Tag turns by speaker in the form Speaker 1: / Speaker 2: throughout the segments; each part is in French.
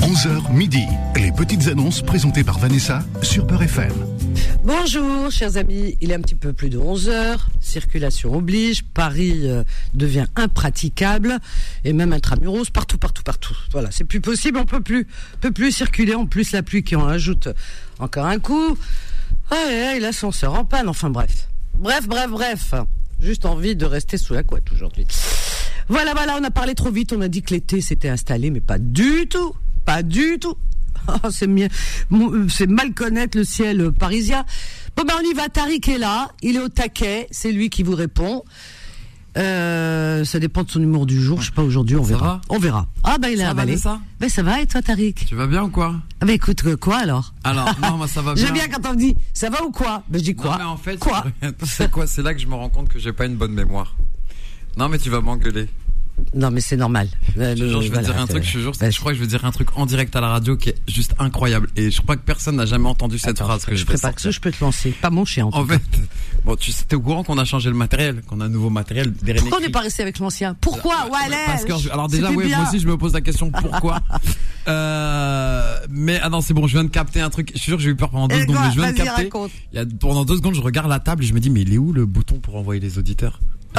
Speaker 1: 12h midi. Les petites annonces présentées par Vanessa sur Peur FM.
Speaker 2: Bonjour chers amis, il est un petit peu plus de 11 heures, circulation oblige, Paris euh, devient impraticable et même intramuros partout partout partout. Voilà, c'est plus possible, on peut plus on peut plus circuler en plus la pluie qui en ajoute encore un coup. Ah, et, et l'ascenseur en panne, enfin bref. Bref, bref, bref. Juste envie de rester sous la couette aujourd'hui. Voilà, voilà, on a parlé trop vite, on a dit que l'été s'était installé, mais pas du tout, pas du tout. Oh, c'est mien- mon- c'est mal connaître le ciel euh, parisien. Bon ben on y va, Tariq est là, il est au taquet, c'est lui qui vous répond. Euh, ça dépend de son humour du jour, je sais pas aujourd'hui, on
Speaker 3: Ça
Speaker 2: verra.
Speaker 3: va
Speaker 2: on verra. Ah ben il a
Speaker 3: Ça va,
Speaker 2: avalé.
Speaker 3: Vanessa
Speaker 2: ben ça va et toi Tariq
Speaker 3: Tu vas bien ou quoi
Speaker 2: Ah ben écoute euh, quoi alors
Speaker 3: Alors, non, moi ça va bien.
Speaker 2: J'aime bien quand on me dit ça va ou quoi Ben je dis
Speaker 3: Non,
Speaker 2: quoi
Speaker 3: mais en fait,
Speaker 2: Quoi
Speaker 3: c'est quoi C'est là que je me rends compte que j'ai pas une bonne mémoire. Non, mais tu vas m'engueuler.
Speaker 2: Non mais c'est normal. Euh,
Speaker 3: Je te jure, je vais
Speaker 2: voilà,
Speaker 3: dire un
Speaker 2: c'est- Ben,
Speaker 3: truc, je te jure,
Speaker 2: Vas-y.
Speaker 3: je crois que je vais dire un truc en direct à la radio qui est juste incroyable. Et je crois que personne n'a jamais entendu cette
Speaker 2: Attends,
Speaker 3: phrase que je,
Speaker 2: je prépare
Speaker 3: vais
Speaker 2: que ça,
Speaker 3: sortir.
Speaker 2: je peux te lancer. Pas mon chien. En tout
Speaker 3: En fait, bon, tu étais au courant qu'on a changé le matériel, qu'on a un nouveau matériel. des
Speaker 2: Pourquoi on
Speaker 3: Renekri.
Speaker 2: n'est pas resté avec l'ancien Pourquoi Wallet
Speaker 3: Bah, Parce que je- alors déjà
Speaker 2: C'était
Speaker 3: oui,
Speaker 2: bien.
Speaker 3: moi aussi je me pose la question pourquoi. euh, mais ah non c'est bon, je viens de capter un truc. Je suis sûr que j'ai eu peur pendant deux
Speaker 2: Et
Speaker 3: secondes,
Speaker 2: quoi
Speaker 3: mais je viens de
Speaker 2: Vas-y,
Speaker 3: capter.
Speaker 2: raconte.
Speaker 3: Il y a, pendant deux secondes je regarde la table et je me dis mais il est où le bouton pour envoyer les auditeurs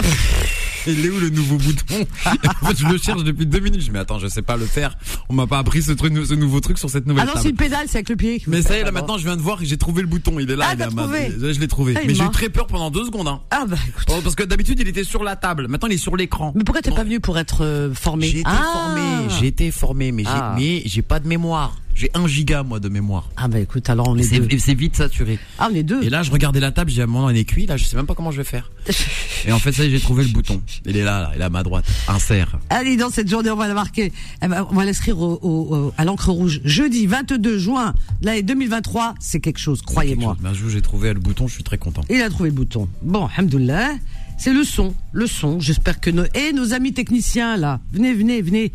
Speaker 3: Il est où le nouveau bouton En fait je le cherche depuis deux minutes. Je me dis, mais attends je sais pas le faire. On m'a pas appris ce truc, ce nouveau truc sur cette nouvelle
Speaker 2: Ah non,
Speaker 3: table.
Speaker 2: c'est une pédale, c'est avec le pied.
Speaker 3: Mais ça y est, là
Speaker 2: Pardon.
Speaker 3: maintenant je viens de voir, j'ai trouvé le bouton, il est là,
Speaker 2: Ah,
Speaker 3: il est à
Speaker 2: t'as
Speaker 3: ma-
Speaker 2: trouvé
Speaker 3: Je l'ai trouvé.
Speaker 2: Ah, il
Speaker 3: mais j'ai eu
Speaker 2: marche.
Speaker 3: très peur pendant deux secondes. Hein.
Speaker 2: Ah bah écoute.
Speaker 3: Parce que d'habitude il était sur la table, maintenant il est sur l'écran.
Speaker 2: Mais pourquoi t'es
Speaker 3: Bon,
Speaker 2: pas venu pour être euh, formé
Speaker 3: J'ai été
Speaker 2: Ah.
Speaker 3: formé, j'ai été formé, mais j'ai-
Speaker 2: Ah.
Speaker 3: mais j'ai pas de mémoire. J'ai un giga moi de mémoire.
Speaker 2: Ah bah écoute, alors on est deux.
Speaker 3: C'est c'est vite saturé.
Speaker 2: Ah, on est deux.
Speaker 3: Et là, je regardais la table, j'ai dit, mon nom, il est cuit, là, je sais même pas comment je vais faire. Et en fait, ça, y est, j'ai trouvé le bouton. Il est là, là, il est à ma droite. Insert.
Speaker 2: Allez, dans cette journée, on va la marquer. Eh ben, on va l'inscrire au, au- au- à l'encre rouge. Jeudi 22 juin, de l'année 2023, c'est quelque chose, croyez-moi.
Speaker 3: Un jour, j'ai trouvé le bouton, je suis très content.
Speaker 2: Il a trouvé le bouton. Bon, hamdoullah. C'est le son, le son. J'espère que nos et nos amis techniciens là, venez, venez, venez,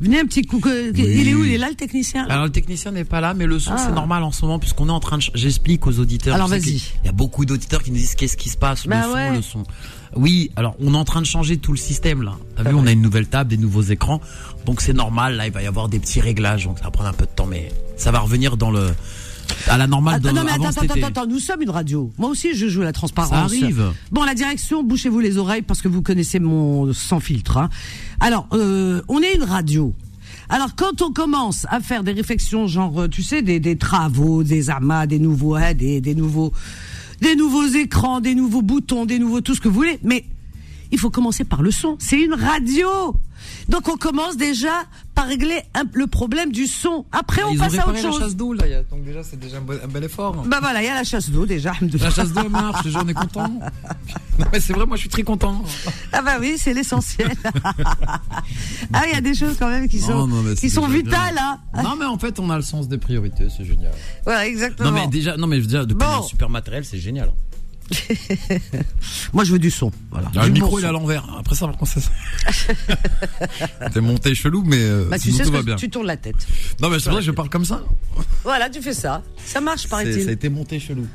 Speaker 2: venez un petit coup. que- que- Il est où Il est là le technicien. là
Speaker 3: Alors, le technicien n'est pas là, mais le son,
Speaker 2: Ah.
Speaker 3: c'est normal en ce moment, puisqu'on est en train de. ch- J'explique aux auditeurs.
Speaker 2: Alors,
Speaker 3: Je sais
Speaker 2: vas-y.
Speaker 3: qu'il- Il y a beaucoup d'auditeurs qui nous disent qu'est-ce qui se passe,
Speaker 2: Bah
Speaker 3: le son,
Speaker 2: ouais.
Speaker 3: le son. Oui, alors, on est en train de changer tout le système, là. T'as vu, on a une nouvelle table, des nouveaux écrans. Donc, c'est normal, là, il va y avoir des petits réglages, donc ça va prendre un peu de temps, mais ça va revenir dans le. à la normale
Speaker 2: Attends,
Speaker 3: dans-
Speaker 2: non mais
Speaker 3: avant
Speaker 2: attends,
Speaker 3: cet
Speaker 2: attends,
Speaker 3: été.
Speaker 2: attends, attends, nous sommes une radio. Moi aussi je joue à la transparence.
Speaker 3: Ça arrive.
Speaker 2: Bon, la direction, bouchez-vous les oreilles parce que vous connaissez mon sans filtre. hein. Alors, euh, on est une radio. Alors, quand on commence à faire des réflexions, genre, euh, tu sais, des, des travaux, des amas, des nouveaux, hein, des, des nouveaux, des nouveaux écrans, des nouveaux boutons, des nouveaux, tout ce que vous voulez, mais il faut commencer par le son. C'est une radio. Donc, on commence déjà par régler un- le problème du son. Après, on
Speaker 3: Bah, Ils ont
Speaker 2: passe à
Speaker 3: réparé
Speaker 2: autre
Speaker 3: la chasse
Speaker 2: chose.
Speaker 3: d'eau, là. il y a- Donc déjà, c'est déjà un bel, un bel effort.
Speaker 2: Bah voilà, il y a la chasse d'eau déjà.
Speaker 3: La chasse d'eau elle marche, les gens, on est content. Non, mais c'est vrai, moi, je suis très content.
Speaker 2: Ah bah oui, c'est l'essentiel. ah, il y a des choses quand même qui sont,
Speaker 3: Non, non, mais c'est
Speaker 2: qui sont
Speaker 3: déjà
Speaker 2: vitales. Hein.
Speaker 3: Non, mais en fait, on a le sens des priorités, c'est génial.
Speaker 2: Voilà,
Speaker 3: Non,
Speaker 2: exactement.
Speaker 3: mais déjà, non, mais je veux dire, de
Speaker 2: Bon.
Speaker 3: un super matériel, c'est génial. hein.
Speaker 2: Moi, je veux du son. Voilà. Du
Speaker 3: Ah, le
Speaker 2: bon
Speaker 3: micro,
Speaker 2: son.
Speaker 3: il est à l'envers. Après ça, par contre, ça. T'es monté chelou, mais euh,
Speaker 2: Bah, tu
Speaker 3: sinon,
Speaker 2: sais ce
Speaker 3: tout va
Speaker 2: que
Speaker 3: bien.
Speaker 2: tu tournes la tête.
Speaker 3: Non, mais c'est vrai, je parle comme ça.
Speaker 2: Voilà, tu fais ça. Ça marche,
Speaker 3: C'est- Ça a
Speaker 2: paraît-il.
Speaker 3: été monté chelou.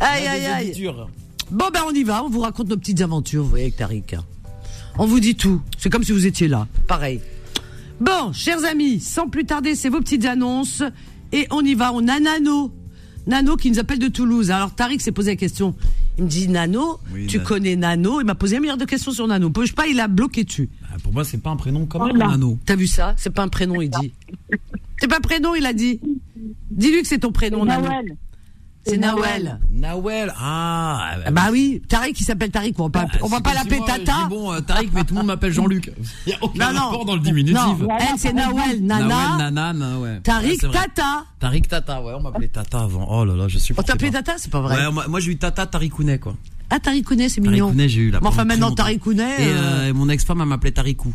Speaker 3: Ah,
Speaker 2: Aïe,
Speaker 3: On a
Speaker 2: aïe,
Speaker 3: des
Speaker 2: aïe.
Speaker 3: auditeurs.
Speaker 2: Bon, ben, on y va. On vous raconte nos petites aventures, vous voyez, avec Tariq. On vous dit tout. C'est comme si vous étiez là. Pareil. Bon, chers amis, sans plus tarder, c'est vos petites annonces. Et on y va. On a Nano. Nano qui nous appelle de Toulouse. Alors, Tariq s'est posé la question. Il me dit Nano,
Speaker 3: Oui,
Speaker 2: tu
Speaker 3: Nano.
Speaker 2: connais Nano. Il m'a posé un milliard de questions sur Nano. Je sais pas, il a bloqué dessus.
Speaker 3: Ah, Pour moi, c'est pas un prénom commun, Nano.
Speaker 2: T'as vu ça C'est pas un prénom, il dit. C'est pas un prénom, il a dit. Dis-lui que c'est ton prénom, Nano.
Speaker 4: Noël.
Speaker 2: C'est
Speaker 4: C'est
Speaker 2: Nawel.
Speaker 4: Nawel.
Speaker 3: Nawel, ah. euh,
Speaker 2: Ah Bah oui, Tariq, il s'appelle Tariq. On va
Speaker 3: Bah,
Speaker 2: pas, on va pas l'appeler Tata.
Speaker 3: bon, euh, Tariq, mais tout le monde m'appelle Jean-Luc. Il y a aucun
Speaker 2: Non, non.
Speaker 3: rapport dans le diminutif.
Speaker 2: Non,
Speaker 4: Nana,
Speaker 2: elle, c'est
Speaker 4: par
Speaker 2: Nawel, Nana.
Speaker 3: Nawel, Nana, Nana, ouais. Ouais,
Speaker 2: Tariq,
Speaker 3: c'est vrai.
Speaker 2: Tata.
Speaker 3: Tariq Tata, ouais, on m'appelait Tata avant. Oh là là, je suis.
Speaker 2: On t'appelait Tata, c'est pas vrai.
Speaker 3: Ouais, moi, moi, j'ai eu Tata Tarikounet, quoi.
Speaker 2: Ah, Tarikounet, c'est mignon.
Speaker 3: Tarikounet, j'ai eu là.
Speaker 2: Mais enfin,
Speaker 3: pendant
Speaker 2: maintenant,
Speaker 3: très longtemps.
Speaker 2: Tarikounet.
Speaker 3: Et
Speaker 2: euh,
Speaker 3: euh, et mon ex-femme, elle m'appelait Tarikou.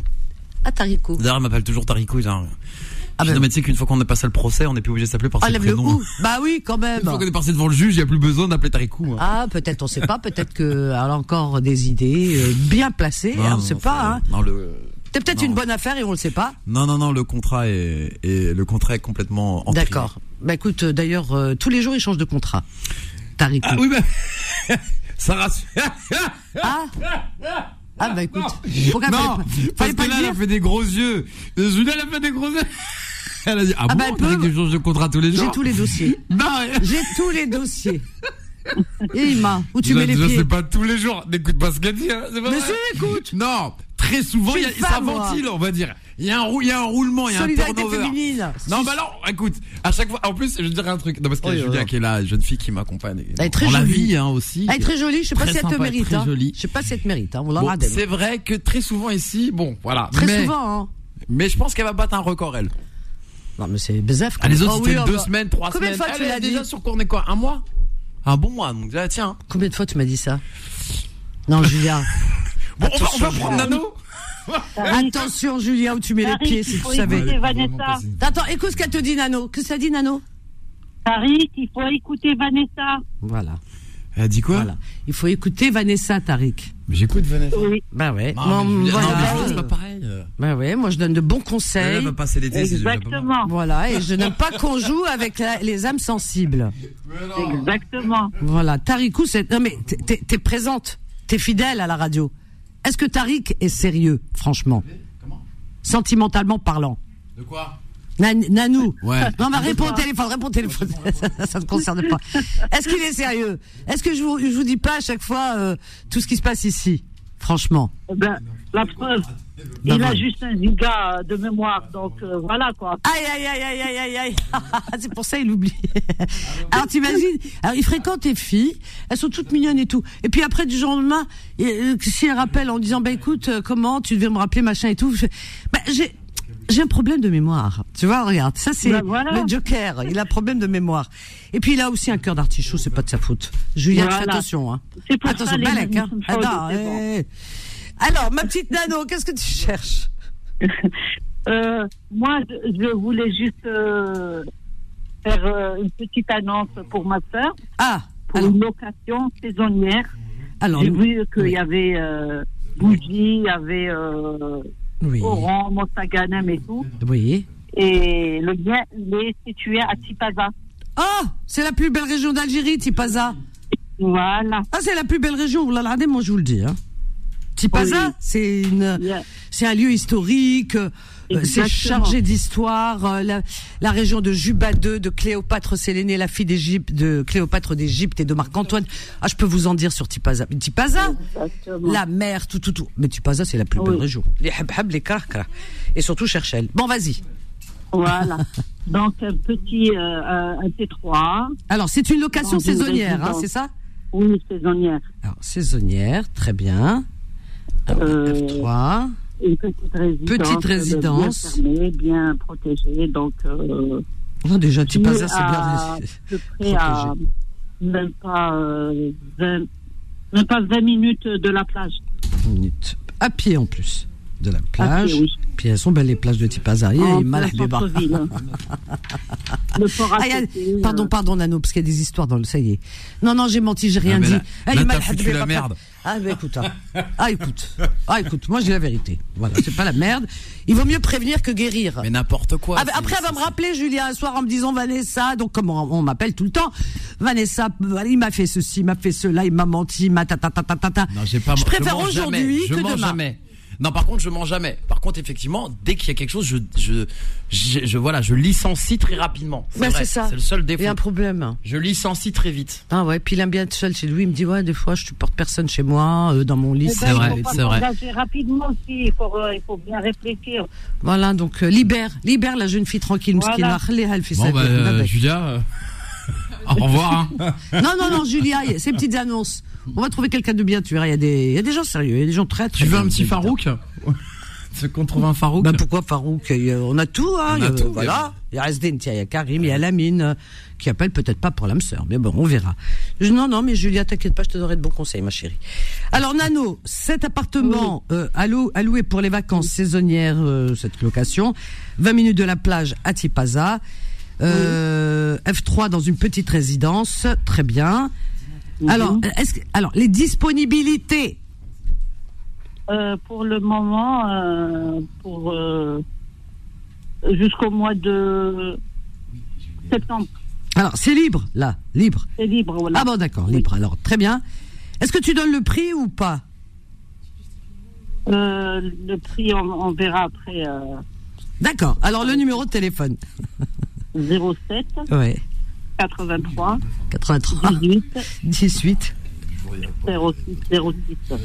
Speaker 2: Ah, Tarikou.
Speaker 3: D'ailleurs, elle m'appelle toujours Tarikou. Genre.
Speaker 2: Ah
Speaker 3: Je dis,
Speaker 2: ben-
Speaker 3: non, mais tu sais qu'une fois qu'on a passé le procès, on n'est plus obligé de s'appeler par
Speaker 2: Ah,
Speaker 3: ses
Speaker 2: lève le
Speaker 3: prénoms.
Speaker 2: cou. Bah oui, quand même.
Speaker 3: Une fois qu'on est passé devant le juge, il n'y a plus besoin d'appeler Tarikou. hein.
Speaker 2: Ah, peut-être, on sait pas. Peut-être qu'elle a encore des idées euh, bien placées.
Speaker 3: Non,
Speaker 2: hein, on
Speaker 3: non,
Speaker 2: sait
Speaker 3: non,
Speaker 2: pas.
Speaker 3: ça-
Speaker 2: Hein.
Speaker 3: Non, le.
Speaker 2: T'es peut-être
Speaker 3: Non.
Speaker 2: une bonne affaire et on le sait pas.
Speaker 3: Non, non, non, le contrat est, est- le contrat est complètement en
Speaker 2: D'accord. Bah écoute, euh, d'ailleurs, euh, tous les jours, il change de contrat. Tarikou.
Speaker 3: Ah oui, ben. ça rassure.
Speaker 2: Ah Ah bah écoute, pourquoi
Speaker 3: non,
Speaker 2: fallait pas- fallait
Speaker 3: parce
Speaker 2: pas le
Speaker 3: que là, elle a
Speaker 2: dire
Speaker 3: fait des gros yeux. Julien, elle a fait des gros yeux. Elle a dit, ah,
Speaker 2: Ah
Speaker 3: bon,
Speaker 2: bah,
Speaker 3: on
Speaker 2: elle
Speaker 3: dirait
Speaker 2: peut.
Speaker 3: que je change de contrat tous les
Speaker 2: J'ai
Speaker 3: jours.
Speaker 2: tous les dossiers.
Speaker 3: Non, elle-
Speaker 2: J'ai tous les dossiers. Et il m'a. Où tu
Speaker 3: déjà,
Speaker 2: mets les
Speaker 3: déjà,
Speaker 2: pieds
Speaker 3: c'est pas tous les jours. N'écoute pas ce qu'elle dit, hein, c'est pas
Speaker 2: Mais
Speaker 3: vrai.
Speaker 2: si, écoute.
Speaker 3: Non, très souvent,
Speaker 2: Je
Speaker 3: il
Speaker 2: suis
Speaker 3: y a,
Speaker 2: une
Speaker 3: ça
Speaker 2: femme, moi.
Speaker 3: ventile, on va dire. Il y a un, rou- il y a un roulement, il y a un
Speaker 2: Solidarité
Speaker 3: turnover.
Speaker 2: féminine.
Speaker 3: Non, bah non, écoute, à chaque fois, en plus, je dirais un truc. Non, parce
Speaker 2: Oh
Speaker 3: qu'il y a
Speaker 2: là
Speaker 3: Julia
Speaker 2: là.
Speaker 3: qui est là, une jeune fille qui m'accompagne.
Speaker 2: Elle est très
Speaker 3: On la
Speaker 2: jolie.
Speaker 3: vit, hein, aussi.
Speaker 2: Elle est très jolie, je sais pas
Speaker 3: Très
Speaker 2: si elle te
Speaker 3: sympa,
Speaker 2: mérite.
Speaker 3: très
Speaker 2: hein.
Speaker 3: jolie.
Speaker 2: Je sais pas si elle te mérite, hein. on la
Speaker 3: Bon,
Speaker 2: rate, elle.
Speaker 3: c'est vrai que très souvent ici, bon, voilà.
Speaker 2: Très
Speaker 3: mais,
Speaker 2: souvent, hein.
Speaker 3: Mais je pense qu'elle va battre un record, elle.
Speaker 2: Non, mais c'est bézef.
Speaker 3: Ah, les autres,
Speaker 2: Oh oui,
Speaker 3: c'était
Speaker 2: oh
Speaker 3: deux
Speaker 2: bah.
Speaker 3: semaines, trois
Speaker 2: Combien de
Speaker 3: semaines.
Speaker 2: fois tu
Speaker 3: Elle
Speaker 2: l'as
Speaker 3: est
Speaker 2: dit
Speaker 3: déjà sur Cournet, quoi Un mois Un bon mois, donc là, tiens.
Speaker 2: Combien de fois tu m'as dit ça Non, Julia.
Speaker 3: Bon, on va, on va
Speaker 2: Attention,
Speaker 3: prendre
Speaker 2: Julia.
Speaker 3: Nano.
Speaker 2: Attention, Julia, où tu mets les
Speaker 5: Paris,
Speaker 2: pieds
Speaker 5: il
Speaker 2: si
Speaker 5: faut
Speaker 2: tu savais.
Speaker 5: écouter Vanessa.
Speaker 2: Attends, écoute ce qu'elle te dit, Nano. Qu'est-ce que ça dit, Nano
Speaker 5: Paris, il faut écouter Vanessa.
Speaker 2: Voilà,
Speaker 3: Elle a dit quoi
Speaker 2: voilà. Il faut écouter Vanessa Tariq.
Speaker 3: Mais J'écoute Vanessa.
Speaker 5: Oui.
Speaker 2: Ben ouais. Moi,
Speaker 3: Non, Ah, mais Julia- non, mais
Speaker 2: voilà.
Speaker 3: Julia, c'est pas pareil. Euh,
Speaker 2: Ben ouais, moi je donne de bons
Speaker 3: Elle
Speaker 2: conseils.
Speaker 3: va passer
Speaker 2: Eh,
Speaker 3: l'été, c'est déjà pas mal.
Speaker 5: Exactement.
Speaker 2: Voilà, et je n'aime pas qu'on joue avec la- les âmes sensibles.
Speaker 5: Exactement.
Speaker 2: Voilà, Tarikou, c'est. Non mais t'es- t'es t'es présente, t'es fidèle à la radio. Est-ce que Tariq est sérieux, franchement
Speaker 3: Comment
Speaker 2: Sentimentalement parlant
Speaker 3: De quoi
Speaker 2: Nan- Nanou
Speaker 3: Ouais.
Speaker 2: Non, bah, réponds au téléphone, réponds au téléphone. ça, ça ne concerne pas. Est-ce qu'il est sérieux Est-ce que je vous, je vous dis pas à chaque fois euh, tout ce qui se passe ici Franchement.
Speaker 5: Eh Ben, la preuve,
Speaker 2: Non,
Speaker 5: il
Speaker 2: non.
Speaker 5: a juste un giga euh, de mémoire. Donc euh, voilà quoi.
Speaker 2: Aïe, aïe, aïe, aïe, aïe, aïe, aïe. C'est pour ça il oublie. Alors t'imagines, alors il fréquente les filles, elles sont toutes mignonnes et tout. Et puis après, du jour au lendemain, il- euh, si elle rappelle en disant, bah écoute, euh, comment, tu devais me rappeler, machin et tout. je fais, bah, j'ai, j'ai un problème de mémoire. Tu vois, regarde, ça c'est
Speaker 5: Bah, voilà.
Speaker 2: le joker, il a un problème de mémoire. Et puis il a aussi un cœur d'artichaut, c'est pas de sa faute. Juliette, fais
Speaker 5: Voilà.
Speaker 2: attention. Hein.
Speaker 5: C'est pour ça,
Speaker 2: attention,
Speaker 5: les
Speaker 2: Balek.
Speaker 5: nanas
Speaker 2: Hein.
Speaker 5: sont
Speaker 2: Ah,
Speaker 5: folles,
Speaker 2: non,
Speaker 5: c'est bon.
Speaker 2: eh. Alors, ma petite nano, qu'est-ce que tu cherches
Speaker 5: Euh, moi, je je voulais juste euh, faire euh, une petite annonce pour ma soeur,
Speaker 2: Ah,
Speaker 5: pour
Speaker 2: alors,
Speaker 5: une location saisonnière.
Speaker 2: alors
Speaker 5: J'ai vu qu'il
Speaker 2: oui.
Speaker 5: y avait euh, Bougie, il y avait euh,
Speaker 2: oui.
Speaker 5: Oran, Montaganem et tout.
Speaker 2: Oui.
Speaker 5: Et le bien, il est situé à Tipaza.
Speaker 2: Oh, c'est la plus belle région d'Algérie, Tipaza.
Speaker 5: Voilà.
Speaker 2: Ah, c'est la plus belle région, vous l'avez moi je vous le dis. Hein. Tipaza,
Speaker 5: Oui.
Speaker 2: c'est une,
Speaker 5: Yeah.
Speaker 2: c'est un lieu historique, euh, c'est
Speaker 5: Exactement.
Speaker 2: chargé d'histoire. euh, La, la région de Juba II, de Cléopâtre Sélénée, la fille d'Égypte, de Cléopâtre d'Égypte et de Marc Antoine. Ah, je peux vous en dire sur Tipaza. Mais Tipaza,
Speaker 5: Exactement.
Speaker 2: la mer, tout, tout, tout. Mais Tipaza, c'est la plus
Speaker 5: Oui.
Speaker 2: belle région. Les habhab, les karakara. et surtout Cherchel. Bon, vas-y.
Speaker 5: Voilà. Donc, un petit euh, euh, un T3,
Speaker 2: Alors, c'est une location
Speaker 5: Dans une
Speaker 2: saisonnière, hein,
Speaker 5: résidence.
Speaker 2: c'est ça
Speaker 5: oui, saisonnière.
Speaker 2: Alors, saisonnière, très bien. Alors,
Speaker 5: Euh,
Speaker 2: F3.
Speaker 5: Une petite résidence.
Speaker 2: Petite
Speaker 5: euh,
Speaker 2: résidence.
Speaker 5: Bien fermée, bien protégée. Donc, euh,
Speaker 2: Non, déjà, tu passes
Speaker 5: située
Speaker 2: ça, c'est bien.
Speaker 5: à peu près à même pas, euh, 20, même pas 20 minutes de la plage.
Speaker 2: Minute. À pied en plus de la plage.
Speaker 5: pied, oui.
Speaker 2: Puis elles sont belles les plages de Tipaza. Il
Speaker 5: En
Speaker 2: est
Speaker 5: plein
Speaker 2: Eh, mal les bas.
Speaker 5: centre-ville. Le port à
Speaker 2: Ah, il y a-
Speaker 5: côté, euh,
Speaker 2: pardon, pardon, Nano, parce qu'il y a des histoires dans le. Ça y est. Non, non, j'ai menti, j'ai rien
Speaker 3: Ah, mais
Speaker 2: dit. Eh,
Speaker 3: là-
Speaker 2: Elle
Speaker 3: là,
Speaker 2: est mal
Speaker 3: t'as foutu
Speaker 2: habillée,
Speaker 3: la
Speaker 2: papa.
Speaker 3: merde.
Speaker 2: Ah, bah, écoute, hein. ah, écoute, ah, écoute, moi, j'ai la vérité. Voilà, c'est pas la merde. Il vaut mieux prévenir que guérir.
Speaker 3: Mais n'importe quoi.
Speaker 2: Ah, bah, après, elle va me rappeler, Julia, un soir en me disant Vanessa, donc comme on, on m'appelle tout le temps, Vanessa, il m'a fait ceci, il m'a fait cela, il m'a menti, il m'a ta ta ta ta ta ta.
Speaker 3: Non, j'ai pas.
Speaker 2: Je préfère
Speaker 3: mens jamais,
Speaker 2: aujourd'hui
Speaker 3: je
Speaker 2: que
Speaker 3: mens
Speaker 2: demain.
Speaker 3: jamais. Non, par contre, je mens jamais. Par contre, effectivement, dès qu'il y a quelque chose, je, je, je, je- voilà, je licencie très rapidement.
Speaker 2: Bah,
Speaker 3: vrai,
Speaker 2: c'est ça.
Speaker 3: C'est le seul
Speaker 2: Il y
Speaker 3: défaut.
Speaker 2: a un problème.
Speaker 3: Je licencie très vite.
Speaker 2: Ah ouais, puis il aime bien être seul chez lui. Il me dit ouais, des fois je supporte personne chez moi, euh, dans mon lit.
Speaker 5: eh ben,
Speaker 3: c'est
Speaker 5: il faut
Speaker 3: vrai,
Speaker 5: pas
Speaker 3: c'est vrai.
Speaker 5: s'engager rapidement aussi, il faut, euh, il faut bien réfléchir.
Speaker 2: Voilà, donc euh, libère, libère la jeune fille tranquille.
Speaker 5: Voilà.
Speaker 2: Mouskina, Khalilha, elle fait ça.
Speaker 3: bah, euh, Julia, au revoir. hein.
Speaker 2: Non non non, Julia, il y a ces petites annonces. On va trouver quelqu'un de bien. Tu verras, il y a des, il y a des gens sérieux, il y a des gens très. très
Speaker 3: Tu veux
Speaker 2: bien,
Speaker 3: un petit
Speaker 2: évidemment.
Speaker 3: Farouk Tu qu'on trouve un Farouk
Speaker 2: Bah pourquoi Farouk Il y a- On a tout, hein.
Speaker 3: On
Speaker 2: il y
Speaker 3: a
Speaker 2: a-
Speaker 3: tout,
Speaker 2: voilà. Il y a Asdin, tiens, il y a Karim, il y a Lamine, euh, qui appelle peut-être pas pour l'âme sœur, mais bon, on verra. Je- non, non, mais Julia, t'inquiète pas, je te donnerai de bons conseils, ma chérie. Alors, Nano, cet appartement euh, allo- alloué pour les vacances saisonnières, euh, cette location, 20 minutes de la plage à Tipaza, euh, F3 dans une petite résidence, très bien.
Speaker 5: Mhm.
Speaker 2: Alors, est-ce que, alors, les disponibilités
Speaker 5: Euh, pour le moment, euh, pour euh, jusqu'au mois de septembre,
Speaker 2: alors, c'est libre, là, libre.
Speaker 5: c'est libre. Voilà.
Speaker 2: Ah bon, d'accord,
Speaker 5: Oui.
Speaker 2: libre. Alors, très bien. Est-ce que tu donnes le prix ou pas
Speaker 5: Euh, le prix, on, on verra après. euh,
Speaker 2: D'accord. Alors le numéro de téléphone.
Speaker 4: 07
Speaker 2: Ouais.
Speaker 4: 83
Speaker 2: 83
Speaker 4: 18
Speaker 2: 18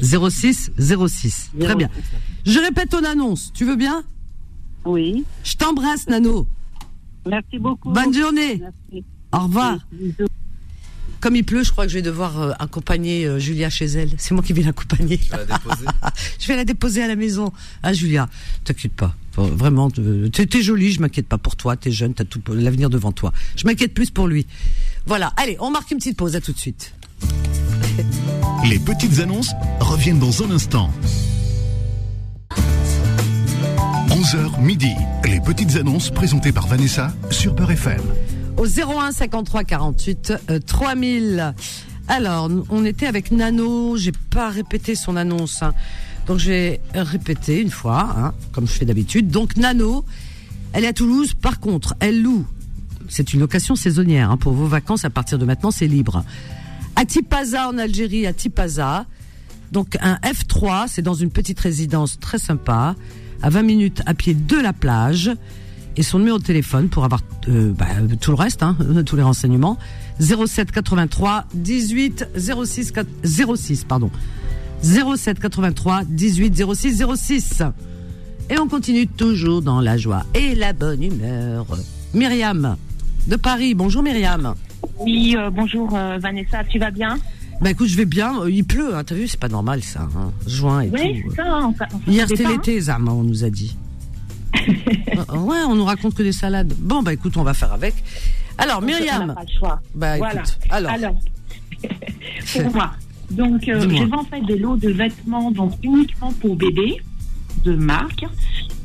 Speaker 4: 06 06.
Speaker 2: 06 06. Très bien. Je répète ton annonce. Tu veux bien
Speaker 4: Oui.
Speaker 2: Je t'embrasse, Nano.
Speaker 4: Merci beaucoup.
Speaker 2: Bonne journée.
Speaker 4: Merci.
Speaker 2: Au revoir.
Speaker 4: Bisous.
Speaker 2: Comme il pleut, je crois que je vais devoir euh, accompagner euh, Julia chez elle. C'est moi qui vais l'accompagner.
Speaker 3: Tu vas la déposer.
Speaker 2: je vais la déposer à la maison. Ah, Julia, t'inquiète pas. Bon, Vraiment, euh, t'es t'es jolie, je m'inquiète pas pour toi. T'es jeune, t'as tout l'avenir devant toi. Je m'inquiète plus pour lui. Voilà. Allez, on marque une petite pause. À tout de suite.
Speaker 1: Les petites annonces reviennent dans un instant. 11h midi, les petites annonces présentées par Vanessa sur Beurre FM.
Speaker 2: au 01 53 48 euh, 3000. Alors, nous- on était avec Nano, j'ai pas répété son annonce. hein. Donc je vais répéter une fois, hein, comme je fais d'habitude. Donc Nano, elle est à Toulouse, par contre, elle loue. C'est une location saisonnière. hein. Pour vos vacances, à partir de maintenant, c'est libre. À Tipaza, en Algérie, à Tipaza. Donc un F3, c'est dans une petite résidence très sympa, à 20 minutes à pied de la plage. Et son numéro de téléphone pour avoir euh, bah, tout le reste, hein, tous les renseignements, 07 83 18 06 quat- 06 pardon 07 83 18 06 06. Et on continue toujours dans la joie et la bonne humeur. Myriam de Paris, bonjour Myriam.
Speaker 5: Oui, euh, bonjour euh, Vanessa, tu vas bien
Speaker 2: Bah écoute, je vais bien, il pleut, hein, t'as vu, c'est pas normal ça, hein. juin et
Speaker 5: Oui,
Speaker 2: tout.
Speaker 5: c'est ça. hein, on s'a- on s'en
Speaker 2: Hier
Speaker 5: fait
Speaker 2: c'était
Speaker 5: pas,
Speaker 2: l'été, Zama, on nous a dit. Euh, ouais, on nous raconte que des salades. Bon, bah écoute, on va faire avec. Alors,
Speaker 5: hein, On
Speaker 2: Myriam.
Speaker 5: n'a pas le choix.
Speaker 2: Bah
Speaker 5: voilà.
Speaker 2: écoute, alors.
Speaker 5: Alors, pour moi, donc euh,
Speaker 2: Dis-moi.
Speaker 5: je vends en fait des lots de vêtements donc uniquement pour bébés de marque,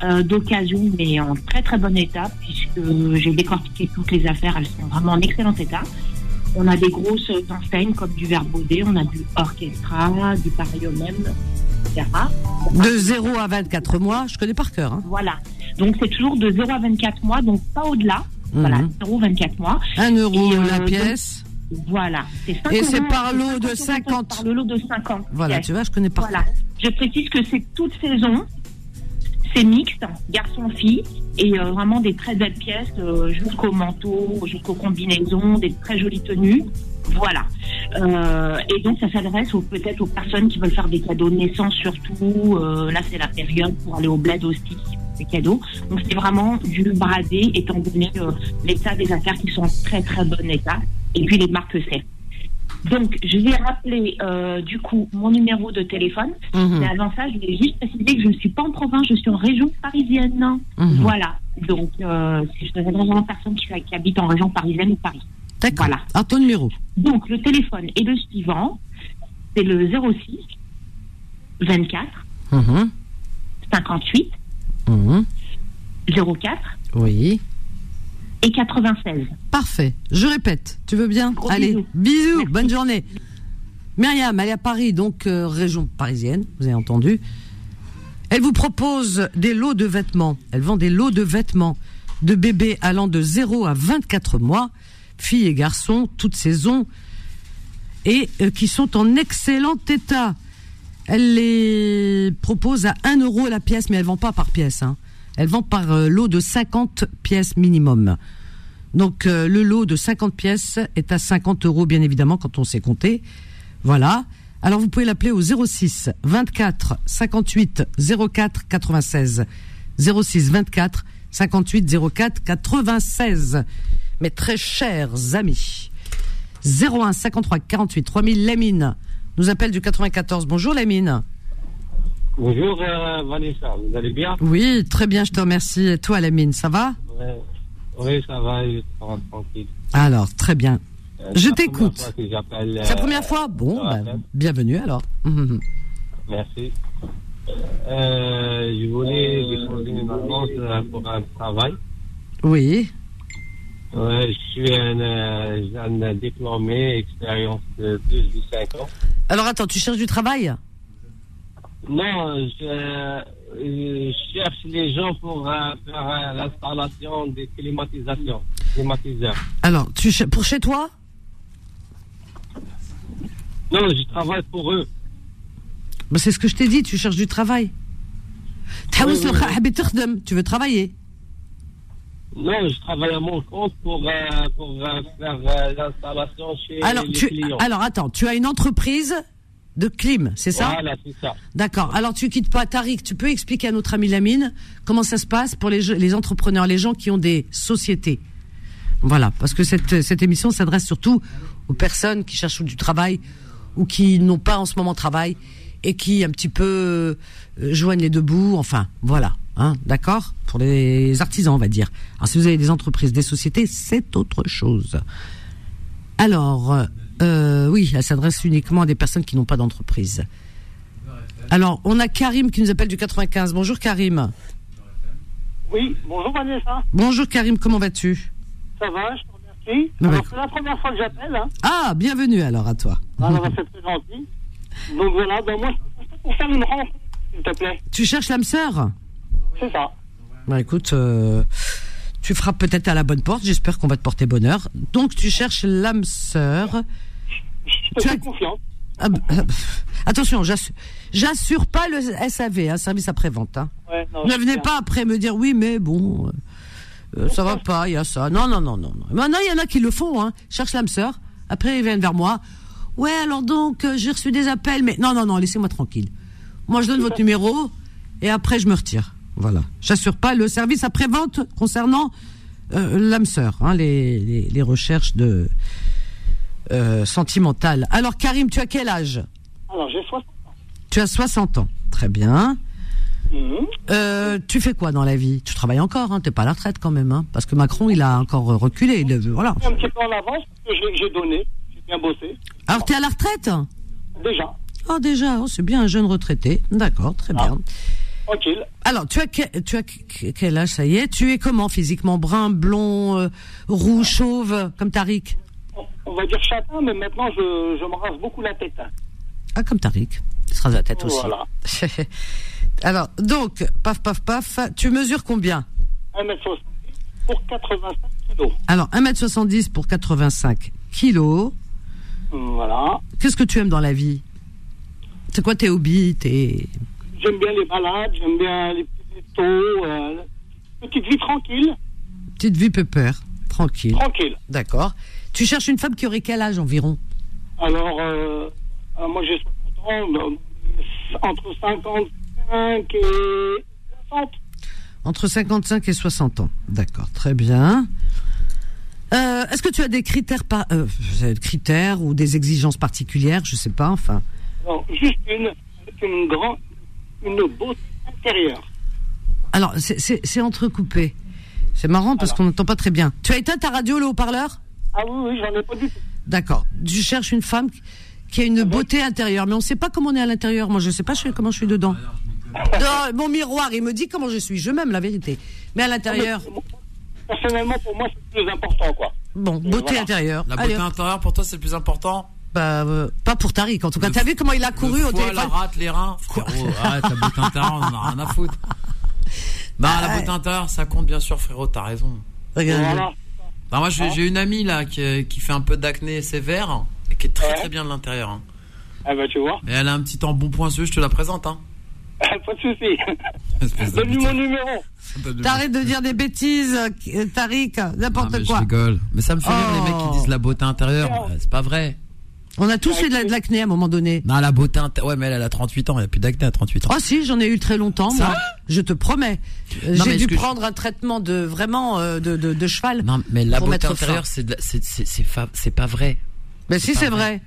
Speaker 5: euh, d'occasion, mais en très très bon état puisque j'ai décortiqué toutes les affaires, elles sont vraiment en excellent état. On a des grosses enseignes comme du Verbaudet, on a du Orchestra, du Parium, etc.
Speaker 2: De 0 à 24 mois, je connais par cœur. Hein.
Speaker 5: Voilà. Donc c'est toujours de 0 à 24 mois, donc pas au-delà. Voilà,
Speaker 2: Mhm.
Speaker 5: 0 24 mois.
Speaker 2: 1 euro
Speaker 5: Et, euh,
Speaker 2: la
Speaker 5: donc-
Speaker 2: pièce.
Speaker 5: Voilà.
Speaker 2: Et
Speaker 5: 5
Speaker 2: c'est
Speaker 5: euros,
Speaker 2: par lot de 50.
Speaker 5: Par le lot de 50.
Speaker 2: Voilà,
Speaker 5: pièces.
Speaker 2: tu vois, je connais par
Speaker 5: Voilà. Je précise que c'est toute saison. C'est mixte, garçon-fille, et euh, vraiment des très belles pièces, euh, jusqu'au manteau, jusqu'aux combinaisons, des très jolies tenues. Voilà. Euh, et donc, ça s'adresse aux- peut-être aux personnes qui veulent faire des cadeaux de naissance, surtout. Euh, là, c'est la période pour aller au bled aussi, des cadeaux. Donc, c'est vraiment du bradé, étant donné euh, l'état des affaires qui sont en très, très bon état, et puis les marques que c'est. Donc, je vais rappeler, euh, du coup, mon numéro de téléphone.
Speaker 2: cœur. Mhm,
Speaker 5: Mais avant ça, je voulais juste préciser que je ne suis pas en province, je suis en région parisienne.
Speaker 2: mhm.
Speaker 5: Voilà. Donc, euh, je suis vraiment une personne qui, qui habite en région parisienne ou Paris.
Speaker 2: D'accord.
Speaker 5: voilà.
Speaker 2: Alors, ton numéro.
Speaker 5: Donc, le téléphone est le suivant. C'est le 06 24
Speaker 2: Mhm,
Speaker 5: 58
Speaker 2: mhm.
Speaker 5: 04
Speaker 2: Oui.
Speaker 5: et 96.
Speaker 2: Parfait. Je répète. Tu veux bien
Speaker 5: Gros
Speaker 2: Allez,
Speaker 5: bisous. Merci.
Speaker 2: Bonne journée. Myriam, elle est à Paris, donc euh, région parisienne, vous avez entendu. Elle vous propose des lots de vêtements. Elle vend des lots de vêtements de bébés allant de 0 à 24 mois, filles et garçons, toutes saisons, et euh, qui sont en excellent état. Elle les propose à 1 euro la pièce, mais elle vend pas par pièce. hein. Elle vend par euh, lot de 50 pièces minimum. Donc euh, le lot de 50 pièces est à 50 euros, bien évidemment, quand on sait compter. Voilà. Alors vous pouvez l'appeler au 06 24 58 04 96. 06 24 58 04 96. Mes très chers amis, 01 53 48 3000, Lamine nous appelle du 94. Bonjour Lamine.
Speaker 6: Bonjour euh, Vanessa, vous allez bien
Speaker 2: Oui, très bien, je te remercie. Et toi Lamine, ça va
Speaker 6: ouais. Oui, ça va, je suis tranquille.
Speaker 2: Alors, très bien.
Speaker 6: Euh,
Speaker 2: Je
Speaker 6: c'est la
Speaker 2: t'écoute.
Speaker 6: première fois que j'appelle,
Speaker 2: C'est la
Speaker 6: euh,
Speaker 2: première fois Bon,
Speaker 6: ça va,
Speaker 2: bah,
Speaker 6: Fred
Speaker 2: bienvenue alors. Mhm.
Speaker 6: Merci. Euh, je voulais déposer une annonce euh, pour un travail.
Speaker 2: Oui.
Speaker 6: Ouais, je suis un euh, jeune diplômé, expérience de plus de 5 ans.
Speaker 2: Alors attends, tu cherches du travail
Speaker 6: Non, je, euh, je cherche les gens pour euh, faire euh, l'installation des climatisations, climatiseurs.
Speaker 2: Alors, tu cher- pour chez toi
Speaker 6: Non, je travaille pour eux.
Speaker 2: Bah, C'est ce que je t'ai dit, tu cherches du travail. T'as
Speaker 6: Oui,
Speaker 2: ouïs le
Speaker 6: oui, oui.
Speaker 2: habit turdem, Tu veux travailler
Speaker 6: Non, je travaille à mon compte pour, euh, pour euh, faire euh, l'installation chez
Speaker 2: Alors,
Speaker 6: les
Speaker 2: tu,
Speaker 6: clients.
Speaker 2: alors attends, tu as une entreprise de clim, c'est ça
Speaker 6: Voilà, c'est ça.
Speaker 2: D'accord. Alors tu quittes pas Tariq, tu peux expliquer à notre ami Lamine comment ça se passe pour les, je- les entrepreneurs, les gens qui ont des sociétés. Voilà, parce que cette, cette émission s'adresse surtout aux personnes qui cherchent du travail ou qui n'ont pas en ce moment de travail et qui un petit peu euh, joignent les deux bouts, enfin, voilà. Hein, D'accord Pour les artisans, on va dire. Alors si vous avez des entreprises, des sociétés, c'est autre chose. Alors, euh, oui, elle s'adresse uniquement à des personnes qui n'ont pas d'entreprise. Alors, on a Karim qui nous appelle du 95. Bonjour Karim.
Speaker 7: Oui, bonjour Vanessa,
Speaker 2: Bonjour Karim, comment vas-tu
Speaker 7: ça va, je te remercie.
Speaker 2: Non,
Speaker 7: Alors,
Speaker 2: mais-
Speaker 7: c'est la première fois que j'appelle, hein.
Speaker 2: Ah, bienvenue alors à toi.
Speaker 7: Alors, bah, c'est très gentil. Donc voilà, ben moi, je suis pour faire une rencontre, s'il te plaît.
Speaker 2: Tu cherches l'âme sœur
Speaker 7: C'est ça.
Speaker 2: Bah écoute, euh, tu frappes peut-être à la bonne porte, j'espère qu'on va te porter bonheur. Donc tu cherches l'âme sœur.
Speaker 7: Je te
Speaker 2: Tu as-
Speaker 7: fais confiance.
Speaker 2: Ah, bah, euh, pff, attention, j'assu- j'assure pas le SAV, un service après-vente. hein.
Speaker 7: Ouais, non,
Speaker 2: Ne
Speaker 7: c'est
Speaker 2: venez
Speaker 7: bien.
Speaker 2: pas après me dire oui, mais bon, euh, euh, ça va pas, il y a ça. Non, non, non, non. non. Maintenant, il y en a qui le font, hein. Cherche l'âme sœur. Après, ils viennent vers moi. Ouais, alors donc, euh, j'ai reçu des appels, mais non, non, non, laissez-moi tranquille. Moi, je donne votre numéro et après, je me retire. Voilà. J'assure pas le service après-vente concernant euh, l'âme sœur, hein, les, les, les recherches de euh, sentimentales. Alors, Karim, tu as quel âge
Speaker 7: Alors, j'ai 60 ans.
Speaker 2: Tu as 60 ans. Très bien.
Speaker 7: Mhm.
Speaker 2: Euh, tu fais quoi dans la vie Tu travailles encore, hein, t'es pas à la retraite quand même, hein, parce que Macron il a encore euh, reculé. il a- voilà.
Speaker 7: Je suis Un petit peu en avance, parce que j'ai- j'ai donné, j'ai bien bossé,
Speaker 2: Alors t'es à la retraite
Speaker 7: déjà,
Speaker 2: Oh déjà, oh, c'est bien un jeune retraité. D'accord, très bien.
Speaker 7: tranquille.
Speaker 2: Alors tu as que- tu as que- quel âge Ça y est, tu es comment physiquement Brun, blond, euh, roux, chauve, comme Tariq
Speaker 7: On- On va dire châtain, mais maintenant, je, je me rase beaucoup la tête. hein.
Speaker 2: Ah comme Tariq. Il se rase la tête aussi.
Speaker 7: Voilà.
Speaker 2: Alors donc paf paf paf, tu mesures combien
Speaker 7: 1m60 pour 85 kilos.
Speaker 2: Alors 1m70 pour 85 kilos.
Speaker 7: Voilà.
Speaker 2: Qu'est-ce que tu aimes dans la vie C'est quoi tes hobbies tes...
Speaker 7: J'aime bien les balades, j'aime bien les petits étaux, euh, petite vie tranquille,
Speaker 2: Petite vie pépère, tranquille.
Speaker 7: tranquille.
Speaker 2: D'accord. Tu cherches une femme qui aurait quel âge environ
Speaker 7: Alors, euh, euh, moi j'ai 60 ans, donc, entre 55 et 60.
Speaker 2: Entre 55 et 60 ans. D'accord, très bien. Euh, Est-ce que tu as des critères, par- euh, des critères ou des exigences particulières Je sais pas, enfin.
Speaker 7: Alors, juste une, avec une grande, une beauté intérieure.
Speaker 2: Alors, c'est- c'est c'est entrecoupé. C'est marrant parce qu'on n'entend pas très bien. Tu as éteint ta radio, le haut-parleur
Speaker 7: Ah oui, oui, j'en ai pas du tout.
Speaker 2: D'accord. Tu cherches une femme qui a une
Speaker 3: Ah
Speaker 2: beauté intérieure, mais on ne sait pas comment on est à l'intérieur. Moi, je ne sais pas je sais comment je suis dedans. Non, mon miroir, il me dit comment je suis. Je m'aime, la vérité. Mais à l'intérieur,
Speaker 7: Personnellement, pour moi, c'est le plus important, quoi.
Speaker 2: bon, beauté
Speaker 7: voilà.
Speaker 2: intérieure.
Speaker 3: La
Speaker 2: Allez,
Speaker 3: beauté intérieure pour toi c'est le plus important.
Speaker 2: bah, euh, pas pour Tariq, en tout cas. T'as vu comment il a couru
Speaker 3: le
Speaker 2: au
Speaker 3: foie,
Speaker 2: téléphone
Speaker 3: la rate, les reins. Frérot, arrête la beauté intérieure, on en a rien à foutre. Non, la beauté intérieure ça compte bien sûr frérot, t'as raison.
Speaker 2: Regarde.
Speaker 7: Voilà.
Speaker 3: Non, moi j'ai j'ai une amie là qui, qui fait un peu d'acné sévère et qui est très très bien de l'intérieur. hein.
Speaker 7: Ah bah, tu vois,
Speaker 3: Et elle a un petit embonpoint poinçeux, je te la présente. Hein.
Speaker 7: pas de souci.
Speaker 3: Espèce
Speaker 8: Ah,
Speaker 3: de
Speaker 7: Donne-lui
Speaker 3: putain.
Speaker 7: mon numéro.
Speaker 2: T'arrêtes de dire des bêtises, euh, Tariq,
Speaker 3: Non,
Speaker 2: n'importe
Speaker 3: Ah, mais
Speaker 2: quoi.
Speaker 3: Je rigole. Mais ça me fait rire les mecs qui disent la beauté intérieure. Euh, C'est pas vrai.
Speaker 2: On a tous eu de la- de l'acné à un moment donné.
Speaker 3: Non, la beauté intérieure. Ouais, mais elle, elle a 38 ans. Il n'y a plus d'acné à 38 ans.
Speaker 2: Oh si, j'en ai eu très longtemps,
Speaker 3: Ça
Speaker 2: moi. Je te promets. Euh,
Speaker 3: Non, mais
Speaker 2: J'ai dû
Speaker 3: est-ce que je-
Speaker 2: prendre un traitement de vraiment euh, de, de, de cheval.
Speaker 3: Non, mais la
Speaker 2: Pour
Speaker 3: beauté
Speaker 2: mettre fin.
Speaker 3: intérieure, c'est de la- c'est- c'est c'est fa- c'est pas vrai.
Speaker 2: mais si
Speaker 3: pas
Speaker 2: c'est
Speaker 3: vrai.
Speaker 2: vrai.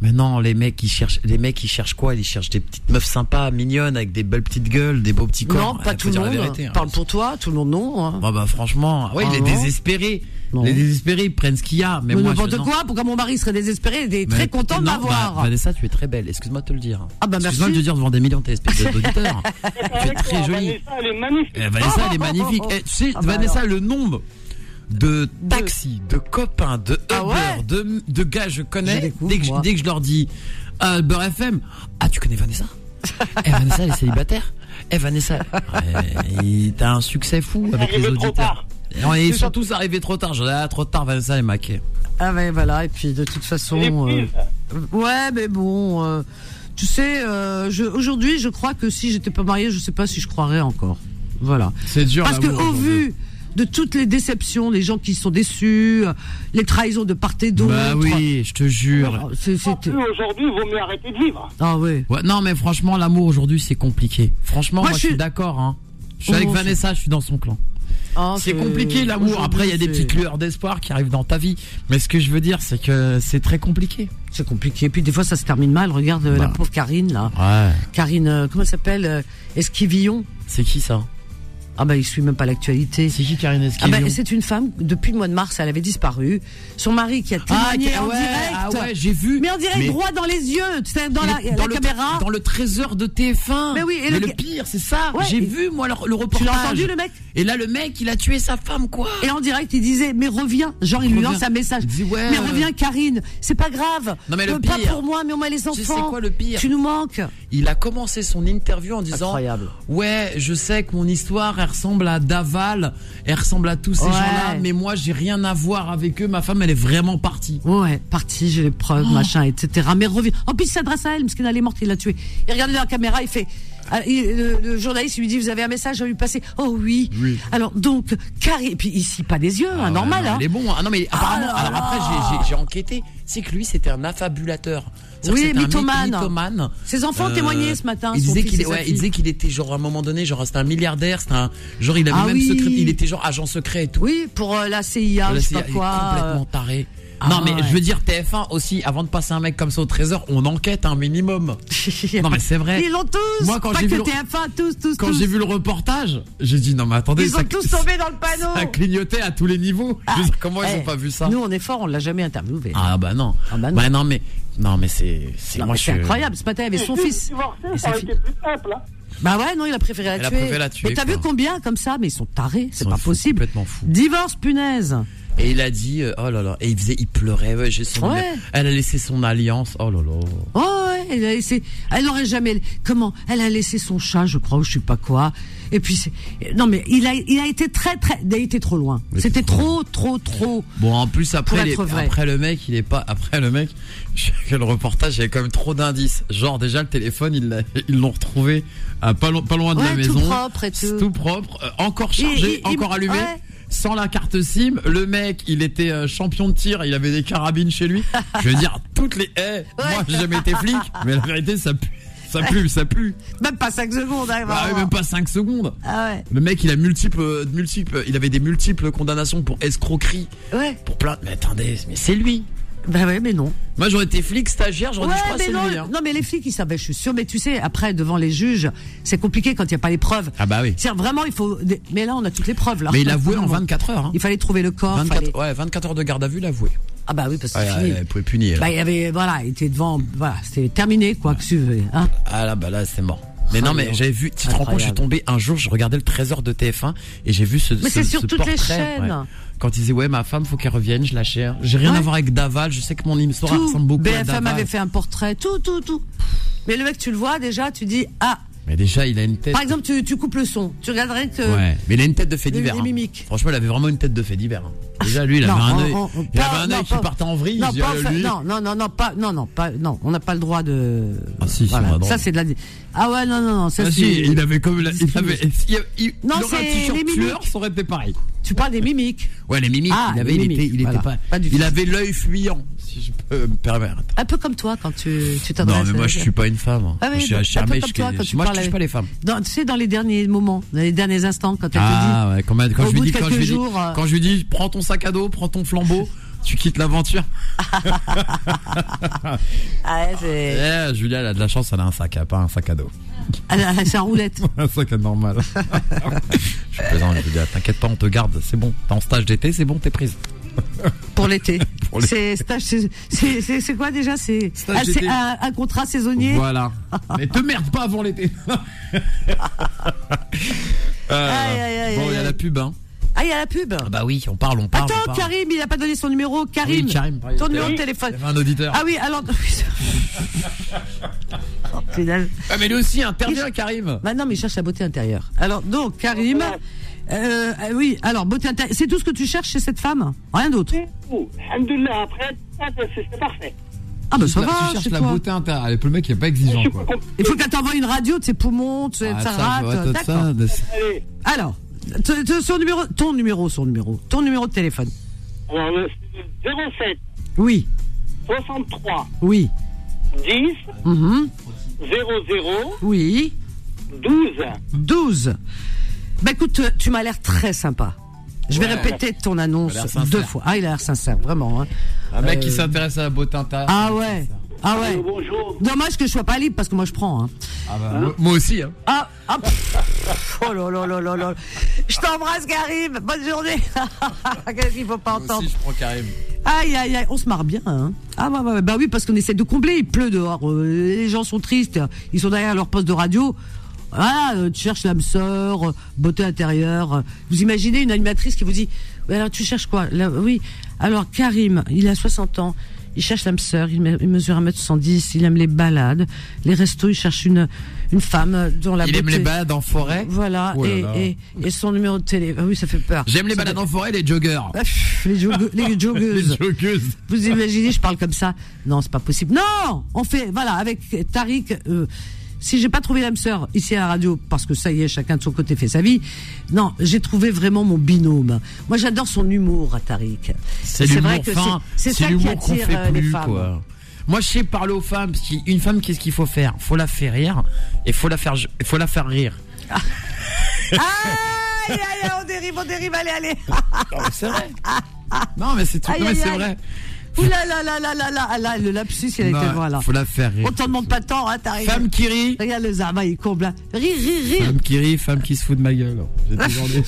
Speaker 3: Mais non, les mecs, ils cherchent, les mecs, ils cherchent quoi Ils cherchent des petites meufs sympas, mignonnes, avec des belles petites gueules, des beaux petits corps.
Speaker 2: Non,
Speaker 3: Ouais,
Speaker 2: pas
Speaker 3: faut
Speaker 2: tout le
Speaker 3: dire
Speaker 2: monde.
Speaker 3: la vérité, hein.
Speaker 2: Parle pour toi, tout le monde non. hein.
Speaker 3: Bah, bah, franchement, ouais,
Speaker 2: Ah
Speaker 3: il est
Speaker 2: non
Speaker 3: désespéré.
Speaker 2: Non.
Speaker 3: Les désespérés, ils prennent ce qu'il y a. Mais,
Speaker 2: Mais
Speaker 3: moi,
Speaker 2: n'importe
Speaker 3: je- non.
Speaker 2: quoi, pourquoi mon mari serait désespéré Il est
Speaker 3: Mais-
Speaker 2: très content de
Speaker 3: non,
Speaker 2: m'avoir.
Speaker 3: bah, Vanessa, tu es très belle. Excuse-moi de te le dire.
Speaker 2: Ah, bah,
Speaker 3: Excuse-moi de
Speaker 2: merci.
Speaker 3: te dire devant des millions de téléspectateurs d'auditeurs. Tu es
Speaker 7: Avec
Speaker 3: très
Speaker 7: toi,
Speaker 8: bah,
Speaker 3: jolie.
Speaker 8: Ah,
Speaker 7: Vanessa, elle est magnifique.
Speaker 3: Eh, Vanessa, elle est magnifique. Eh, tu sais,
Speaker 2: Ah, bah,
Speaker 3: Vanessa, le nombre de taxis, de copains, de Uber,
Speaker 2: Ah ouais
Speaker 3: de, de gars que je connais,
Speaker 2: Je découvre,
Speaker 3: dès, que
Speaker 2: moi.
Speaker 3: je, dès que je leur dis euh, Beurre FM, ah, tu connais Vanessa Eh, Vanessa, elle est célibataire Eh, Vanessa, euh, t'as un succès fou avec les
Speaker 7: Arrivé trop
Speaker 3: auditeurs.
Speaker 7: tard.
Speaker 3: Et on est surtout arrivé trop tard. J'en ai ah, trop tard, Vanessa, elle est maquée.
Speaker 2: Ah ouais, voilà. Et puis de toute
Speaker 7: Elle est
Speaker 2: façon, euh,
Speaker 7: prise.
Speaker 2: ouais, mais bon, euh, tu sais, euh, je- aujourd'hui, je crois que si j'étais pas mariée, je sais pas si je croirais encore. Voilà.
Speaker 3: C'est dur.
Speaker 2: Parce que au vu, de toutes les déceptions, les gens qui sont déçus, euh, les trahisons de part et d'autre.
Speaker 3: Bah oui, je te
Speaker 2: Ah,
Speaker 3: jure.
Speaker 2: c'est- c'est-
Speaker 8: Plus aujourd'hui, il vaut mieux arrêter de vivre.
Speaker 2: Ah ouais.
Speaker 3: Ouais, non, mais franchement, l'amour aujourd'hui, c'est compliqué. Franchement,
Speaker 2: Moi,
Speaker 3: moi,
Speaker 2: je
Speaker 3: je
Speaker 2: suis-
Speaker 3: suis d'accord. Hein. Je suis avec
Speaker 2: Oh,
Speaker 3: Vanessa, je suis dans son clan.
Speaker 2: Ah,
Speaker 3: C'est compliqué l'amour.
Speaker 2: aujourd'hui,
Speaker 3: Après, il y a des
Speaker 2: c'est-
Speaker 3: petites lueurs d'espoir qui arrivent dans ta vie. Mais ce que je veux dire, c'est que c'est très compliqué.
Speaker 2: C'est compliqué. Et puis des fois, ça se termine mal. Regarde euh, la
Speaker 3: Bah.
Speaker 2: pauvre Karine, là.
Speaker 3: Ouais.
Speaker 2: Karine, euh, comment elle s'appelle euh, Esquivillon.
Speaker 3: C'est qui ça
Speaker 2: Ah bah, il suit même pas l'actualité.
Speaker 3: C'est qui Karine
Speaker 2: Ah
Speaker 3: Esquivillon
Speaker 2: ben, c'est une femme, depuis le mois de mars, elle avait disparu. Son mari qui a témoigné
Speaker 3: ah
Speaker 2: en
Speaker 3: ouais,
Speaker 2: direct.
Speaker 3: ah ouais, j'ai vu.
Speaker 2: Mais en direct,
Speaker 3: Mais-
Speaker 2: droit dans les yeux, tu sais, dans,
Speaker 3: Il
Speaker 2: la,
Speaker 3: est
Speaker 2: la
Speaker 3: le-
Speaker 2: caméra.
Speaker 3: dans le trésor de TF1.
Speaker 2: Mais oui, et
Speaker 3: mais
Speaker 2: le-
Speaker 3: le pire, c'est ça.
Speaker 2: Ouais,
Speaker 3: J'ai
Speaker 2: et-
Speaker 3: vu moi le, le
Speaker 2: Tu
Speaker 3: reportage.
Speaker 2: l'as entendu, le mec
Speaker 3: Et là, le mec, il a tué sa femme, quoi.
Speaker 2: Et en direct, il disait, mais reviens. Genre, il lui
Speaker 3: Reviens.
Speaker 2: lance un message.
Speaker 3: Il dit, ouais,
Speaker 2: mais
Speaker 3: euh,
Speaker 2: reviens, Karine. C'est pas grave.
Speaker 3: Non, mais le
Speaker 2: Euh, Pas
Speaker 3: pire.
Speaker 2: pour moi, mais au moins les enfants.
Speaker 3: sais quoi le pire
Speaker 2: Tu nous manques.
Speaker 3: Il a commencé son interview en disant
Speaker 2: Incroyable.
Speaker 3: Ouais, je sais que mon histoire, elle ressemble à Daval, elle ressemble à tous ces
Speaker 2: Ouais.
Speaker 3: gens-là, mais moi, j'ai rien à voir avec eux. Ma femme, elle est vraiment partie.
Speaker 2: Ouais, parti, j'ai les preuves, machin, etc. Mais reviens. En plus, il s'adresse à elle, parce qu'elle est morte, il l'a tuée. Il regarde dans la caméra, il fait. ah, il- le, le journaliste lui dit Vous avez un message à lui passer Oh oui. Alors, donc, carré. Et puis, ici, pas des yeux, hein, normal.
Speaker 3: Ouais, non,
Speaker 2: hein.
Speaker 3: Il est bon. hein. Ah non, mais apparemment,
Speaker 2: là
Speaker 3: alors
Speaker 2: là.
Speaker 3: après, j'ai- j'ai- j'ai enquêté. C'est que lui, c'était un affabulateur. C'est-à-dire
Speaker 2: Oui,
Speaker 3: que c'était un mec
Speaker 2: mythomane.
Speaker 3: mythomane. Euh,
Speaker 2: Ses enfants témoignaient ce matin,
Speaker 3: Il
Speaker 2: son
Speaker 3: disait
Speaker 2: fils
Speaker 3: qu'il
Speaker 2: et sa
Speaker 3: ouais,
Speaker 2: fille.
Speaker 3: il disait qu'il était genre à un moment donné, genre c'était un milliardaire, c'était un genre il avait
Speaker 2: Ah
Speaker 3: même
Speaker 2: oui.
Speaker 3: secret, il était genre agent secret et tout.
Speaker 2: Oui, pour euh, la CIA,
Speaker 3: Là,
Speaker 2: je sais
Speaker 3: c'est-
Speaker 2: pas
Speaker 3: il est
Speaker 2: quoi.
Speaker 3: complètement taré.
Speaker 2: ah
Speaker 3: non mais
Speaker 2: ouais.
Speaker 3: je veux dire TF1 aussi avant de passer un mec comme ça au trésor, on enquête un minimum.
Speaker 2: euh.
Speaker 3: Non mais c'est vrai.
Speaker 2: Ils l'ont tous.
Speaker 3: Moi, quand
Speaker 2: pas
Speaker 3: j'ai
Speaker 2: que
Speaker 3: vu le-
Speaker 2: TF1, tous, tous,
Speaker 3: Quand
Speaker 2: tous.
Speaker 3: j'ai vu le reportage, j'ai dit non mais attendez,
Speaker 2: Ils
Speaker 3: ça,
Speaker 2: sont tous tombés dans le panneau.
Speaker 3: ça clignotait à tous les niveaux. Je veux dire, comment ils
Speaker 2: Eh,
Speaker 3: ont pas vu ça
Speaker 2: Nous, on est fort, on l'a jamais interviewé.
Speaker 3: Ah bah non.
Speaker 2: Ah bah non.
Speaker 3: Bah non mais non mais c'est c'est
Speaker 2: Non,
Speaker 3: moi
Speaker 2: mais
Speaker 3: je
Speaker 2: c'est
Speaker 3: suis- euh,
Speaker 2: incroyable. Ce matin, il y avait son
Speaker 8: Si
Speaker 2: fils.
Speaker 8: divorcé,
Speaker 3: Et
Speaker 8: ça aurait
Speaker 3: c'est
Speaker 8: été plus simple. hein.
Speaker 2: Bah ouais, non, il a préféré la
Speaker 3: Elle a
Speaker 2: tuer.
Speaker 3: préféré la tuer,
Speaker 2: mais t'as vu
Speaker 3: quoi.
Speaker 2: combien comme ça Mais ils sont tarés, c'est
Speaker 3: sont
Speaker 2: pas
Speaker 3: fous,
Speaker 2: possible.
Speaker 3: complètement fous.
Speaker 2: Divorce, punaise.
Speaker 3: Et il a dit euh, oh là là et il faisait il pleurait ouais, j'ai son
Speaker 2: Ouais.
Speaker 3: elle a laissé son alliance oh là là.
Speaker 2: Oh ouais, elle a laissé, elle n'aurait jamais, comment Elle a laissé son chat, je crois, ou je sais pas quoi. Et puis, c'est- non mais il a, il a été très, très, il a été trop loin. C'était trop, trop, trop.
Speaker 3: Bon, en plus,
Speaker 2: Pour
Speaker 3: après,
Speaker 2: être
Speaker 3: les-
Speaker 2: vrai.
Speaker 3: après le mec, il est pas. Après le mec, je sais que le reportage, il y avait quand même trop d'indices. Genre, déjà, le téléphone, il l'a- ils l'ont retrouvé à pas, lo- pas loin de
Speaker 2: Ouais,
Speaker 3: la
Speaker 2: tout
Speaker 3: maison.
Speaker 2: propre et tout.
Speaker 3: Tout propre, euh, encore chargé,
Speaker 2: Et- et-
Speaker 3: encore
Speaker 2: et-
Speaker 3: allumé.
Speaker 2: ouais.
Speaker 3: Sans la carte SIM, le mec, il était euh, champion de tir, il avait des carabines chez lui. Je veux dire, toutes les haies. Moi, j'ai jamais été flic, mais la vérité, ça pue, ça pue, ça pue.
Speaker 2: Même pas 5 secondes. hein,
Speaker 3: Bah,
Speaker 2: vraiment.
Speaker 3: même pas 5 secondes.
Speaker 2: Ah ouais,
Speaker 3: Le mec, il a multiples, euh, multiples, il avait des multiples condamnations pour escroquerie,
Speaker 2: ouais.
Speaker 3: pour plainte. Mais attendez, mais c'est lui.
Speaker 2: Bah ouais, mais non.
Speaker 3: Moi j'aurais été flic stagiaire, j'aurais
Speaker 2: Ouais,
Speaker 3: dit je crois
Speaker 2: mais
Speaker 3: c'est
Speaker 2: non,
Speaker 3: lui. hein.
Speaker 2: non, mais les flics, ils savaient, je suis sûre. Mais tu sais, après, devant les juges, c'est compliqué quand il n'y a pas les preuves.
Speaker 3: Ah bah oui.
Speaker 2: C'est-à-dire, vraiment, il faut. des- Mais là, on a toutes les preuves. Là.
Speaker 3: Mais il avouait en 24 heures. Hein.
Speaker 2: Il fallait trouver le corps.
Speaker 3: 24,
Speaker 2: fallait-
Speaker 3: ouais, 24 heures de garde à vue, il avouait.
Speaker 2: Ah bah oui, parce que
Speaker 3: Ouais,
Speaker 2: c'est fini.
Speaker 3: ouais, il pouvait punir.
Speaker 2: Bah, il avait, voilà, il était devant, voilà, c'était terminé, quoi, que tu veux, hein.
Speaker 3: Ah là, bah là, c'est mort. Mais
Speaker 2: Ah,
Speaker 3: non,
Speaker 2: merde.
Speaker 3: mais j'avais vu, tu te rends compte, je suis
Speaker 2: Incroyable.
Speaker 3: tombé un jour, je regardais le trésor de TF1 et j'ai vu ce.
Speaker 2: Mais
Speaker 3: ce-
Speaker 2: c'est sur
Speaker 3: ce
Speaker 2: toutes les
Speaker 3: portrait,
Speaker 2: chaînes.
Speaker 3: ouais. Quand il disait, ouais, ma femme, faut qu'elle revienne, je la cherche. J'ai rien
Speaker 2: Ouais.
Speaker 3: à voir avec Daval, je sais que mon histoire
Speaker 2: Tout.
Speaker 3: ressemble beaucoup à
Speaker 2: BFM
Speaker 3: Daval.
Speaker 2: avait fait un portrait, tout, tout, tout. Mais le mec, tu le vois déjà, tu dis, ah,
Speaker 3: Mais déjà, il a une tête.
Speaker 2: par exemple, tu, tu coupes le son, tu regarderais que.
Speaker 3: Ouais, mais il a une tête de fait
Speaker 2: des-
Speaker 3: divers.
Speaker 2: des
Speaker 3: hein.
Speaker 2: mimiques.
Speaker 3: Franchement, il avait vraiment une tête de fait divers. hein. Déjà, lui, il avait
Speaker 2: Non,
Speaker 3: un
Speaker 2: on-
Speaker 3: œil
Speaker 2: on- on-
Speaker 3: il
Speaker 2: pas-
Speaker 3: avait un
Speaker 2: non,
Speaker 3: œil qui
Speaker 2: pas-
Speaker 3: partait en vrille.
Speaker 2: Non,
Speaker 3: je
Speaker 2: pas,
Speaker 3: dirais,
Speaker 2: fa-
Speaker 3: lui.
Speaker 2: non, non, non, non, pas, non, non, pas, non, on n'a pas le droit de.
Speaker 3: Ah, si, si, on a le droit.
Speaker 2: Ça, c'est de la. Ah ouais, non, non, non, ça,
Speaker 3: Ah
Speaker 2: c'est-
Speaker 3: si, il avait comme la,
Speaker 2: c'est
Speaker 3: il avait, il, il-
Speaker 2: Non,
Speaker 3: il aurait
Speaker 2: c'est
Speaker 3: un
Speaker 2: les
Speaker 3: t-shirt
Speaker 2: mimiques.
Speaker 3: tueur, ça aurait été pareil.
Speaker 2: Tu parles des mimiques.
Speaker 3: Ouais, les mimiques,
Speaker 2: Ah,
Speaker 3: il avait,
Speaker 2: les
Speaker 3: il
Speaker 2: mimiques,
Speaker 3: était, il était
Speaker 2: voilà.
Speaker 3: pas,
Speaker 2: Pas du
Speaker 3: il
Speaker 2: physique.
Speaker 3: avait l'œil fuyant, si je peux me permettre.
Speaker 2: Un peu comme toi quand tu tu t'adresses.
Speaker 3: Non, mais moi
Speaker 2: à-
Speaker 3: je suis pas une femme. hein.
Speaker 2: Ah oui,
Speaker 3: je suis
Speaker 2: un
Speaker 3: un
Speaker 2: peu
Speaker 3: charmé,
Speaker 2: comme
Speaker 3: je-
Speaker 2: toi, quand tu
Speaker 3: moi je
Speaker 2: parles
Speaker 3: touche
Speaker 2: avec-
Speaker 3: pas les femmes.
Speaker 2: Dans- tu sais, dans les derniers moments, dans les derniers instants, quand elle
Speaker 3: Ah ouais, quand, même, quand
Speaker 2: Au
Speaker 3: je lui
Speaker 2: bout de
Speaker 3: dis, quand je
Speaker 2: quelques
Speaker 3: lui dis,
Speaker 2: jours, euh,
Speaker 3: quand je lui dis, prends ton sac à dos, prends ton flambeau, tu quittes l'aventure.
Speaker 2: te dit. Ah ouais, c'est.
Speaker 3: Eh, Julia, elle a de la chance, elle a un sac, à- pas un sac à dos.
Speaker 2: Ah là, là, C'est en roulette.
Speaker 3: Un sac à normal. je suis plaisant, Julia, t'inquiète pas, on te garde, c'est bon. T'es en stage d'été, c'est bon, t'es prise.
Speaker 2: Pour l'été.
Speaker 3: Pour
Speaker 2: c'est
Speaker 3: l'été.
Speaker 2: stage- c'est- c'est- c'est- c'est quoi déjà C'est
Speaker 3: Stage
Speaker 2: ah, c'est
Speaker 3: d'été.
Speaker 2: un, un contrat saisonnier.
Speaker 3: Voilà. Mais te merde pas avant l'été. Euh,
Speaker 2: Aïe, aïe, aïe,
Speaker 3: bon,
Speaker 2: aïe,
Speaker 3: il y a
Speaker 2: aïe.
Speaker 3: la pub, hein.
Speaker 2: Ah, il y a la pub.
Speaker 3: Ah bah oui, on parle, on parle. on
Speaker 2: Attends,
Speaker 3: parle.
Speaker 2: Karim, il n'a pas donné son numéro. Karim,
Speaker 3: Oui, Karim.
Speaker 2: ton numéro de
Speaker 3: Oui.
Speaker 2: téléphone.
Speaker 3: Il y avait un auditeur.
Speaker 2: Ah oui, alors. Oh, punaise.
Speaker 3: Ah, mais lui aussi, intervient, Karim.
Speaker 2: Bah non, mais il cherche la beauté intérieure. Alors, donc, Karim. euh, euh, oui, alors, beauté intérieure. C'est tout ce que tu cherches chez cette femme Rien d'autre
Speaker 8: C'est tout. Alhamdoulilah, après, ça, c'est c'est parfait.
Speaker 2: Ah, bah ça
Speaker 3: Tu
Speaker 2: va,
Speaker 3: cherches
Speaker 2: chez
Speaker 3: la
Speaker 2: toi.
Speaker 3: beauté intérieure. Le mec, il est pas
Speaker 8: Je
Speaker 3: exigeant,
Speaker 8: suis
Speaker 3: quoi.
Speaker 8: pas compris.
Speaker 2: Il faut qu'elle t'envoie une radio de ses poumons, de ses- de
Speaker 3: Ah,
Speaker 2: sa
Speaker 3: ça,
Speaker 2: rate.
Speaker 3: ouais, ça,
Speaker 2: D'accord.
Speaker 3: ça,
Speaker 8: Allez,
Speaker 2: Alors, T- t- Son numéro, ton numéro, son numéro, ton numéro de téléphone.
Speaker 7: Alors, le c'est le 07
Speaker 2: Oui,
Speaker 7: 63
Speaker 2: oui,
Speaker 7: 10
Speaker 2: mhm,
Speaker 7: 00
Speaker 2: oui.
Speaker 7: 12.
Speaker 2: 12. Bah écoute, euh, tu m'as l'air très sympa. Je vais
Speaker 9: Ouais.
Speaker 2: répéter ton annonce
Speaker 9: Il a l'air sincère.
Speaker 2: deux fois. Ah, il a l'air sincère, vraiment. hein.
Speaker 3: Un mec qui
Speaker 2: Euh.
Speaker 3: s'intéresse à la Botinta.
Speaker 2: Ah ouais, ah ouais.
Speaker 7: Allô, bonjour.
Speaker 2: Dommage que je sois pas libre parce que moi je prends. hein.
Speaker 3: Ah bah, moi- moi aussi. Hein.
Speaker 2: Ah, ah, pff, oh là là là là là. Je t'embrasse, Karim. Bonne journée. Qu'est-ce qu'il faut pas
Speaker 3: Moi
Speaker 2: entendre
Speaker 3: aussi, je prends Karim.
Speaker 2: Aïe, aïe, aïe, on se marre bien. hein. Ah, bah, bah, bah oui, parce qu'on essaie de combler. Il pleut dehors. euh, les gens sont tristes. Ils sont derrière leur poste de radio. Voilà, euh, tu cherches l'âme sœur, euh, beauté intérieure. euh. Vous imaginez une animatrice qui vous dit Ouais, Alors, tu cherches quoi Là, Oui. Alors, Karim, il a 60 ans. Il cherche l'âme sœur. Il, me- il mesure 1m110. Il aime les balades. Les restos, il cherche une, une femme euh, dont la
Speaker 3: Il aime
Speaker 2: beauté.
Speaker 3: les balades en forêt.
Speaker 2: Voilà.
Speaker 3: Oh là
Speaker 2: et,
Speaker 3: là.
Speaker 2: Et, et son numéro de télé. Ah oui, ça fait peur.
Speaker 3: J'aime les
Speaker 2: Ça
Speaker 3: balades
Speaker 2: fait-
Speaker 3: en forêt, les joggers.
Speaker 2: Ah, pff, Les, jogue- les jogueuses.
Speaker 3: Les joggeuses.
Speaker 2: Vous imaginez, je parle comme ça. Non, c'est pas possible. Non On fait, voilà, avec Tariq. euh, si j'ai pas trouvé l'âme sœur ici à la radio, parce que ça y est, chacun de son côté fait sa vie, non, j'ai trouvé vraiment mon binôme. Moi, j'adore son humour à Tariq.
Speaker 3: C'est
Speaker 2: Et
Speaker 3: l'humour fin.
Speaker 2: c'est ça qui
Speaker 3: l'humour qu'on
Speaker 2: attire
Speaker 3: fait
Speaker 2: euh, les
Speaker 3: plus,
Speaker 2: femmes.
Speaker 3: quoi. Moi, je sais parler aux femmes. Parce qu'une femme, qu'est-ce qu'il faut faire Faut la faire rire et faut la faire, faut la faire rire.
Speaker 2: Aïe, aïe, aïe, on dérive, on dérive, allez, allez. Ah,
Speaker 3: c'est vrai. Non, mais c'est tout.
Speaker 2: Aïe,
Speaker 3: non, mais
Speaker 2: aïe,
Speaker 3: c'est
Speaker 2: aïe.
Speaker 3: vrai.
Speaker 2: Ouh là là là là là là, ah là, le lapsus, il a été
Speaker 3: Non,
Speaker 2: loin, là.
Speaker 3: Faut la faire rire.
Speaker 2: On t'en demande pas tant, hein, Tariq.
Speaker 3: Femme qui rit.
Speaker 2: Regarde le Zama, il comble. hein. Rire, rire, rire.
Speaker 3: Femme qui rit, femme qui se fout de ma gueule. J'ai toujours dit.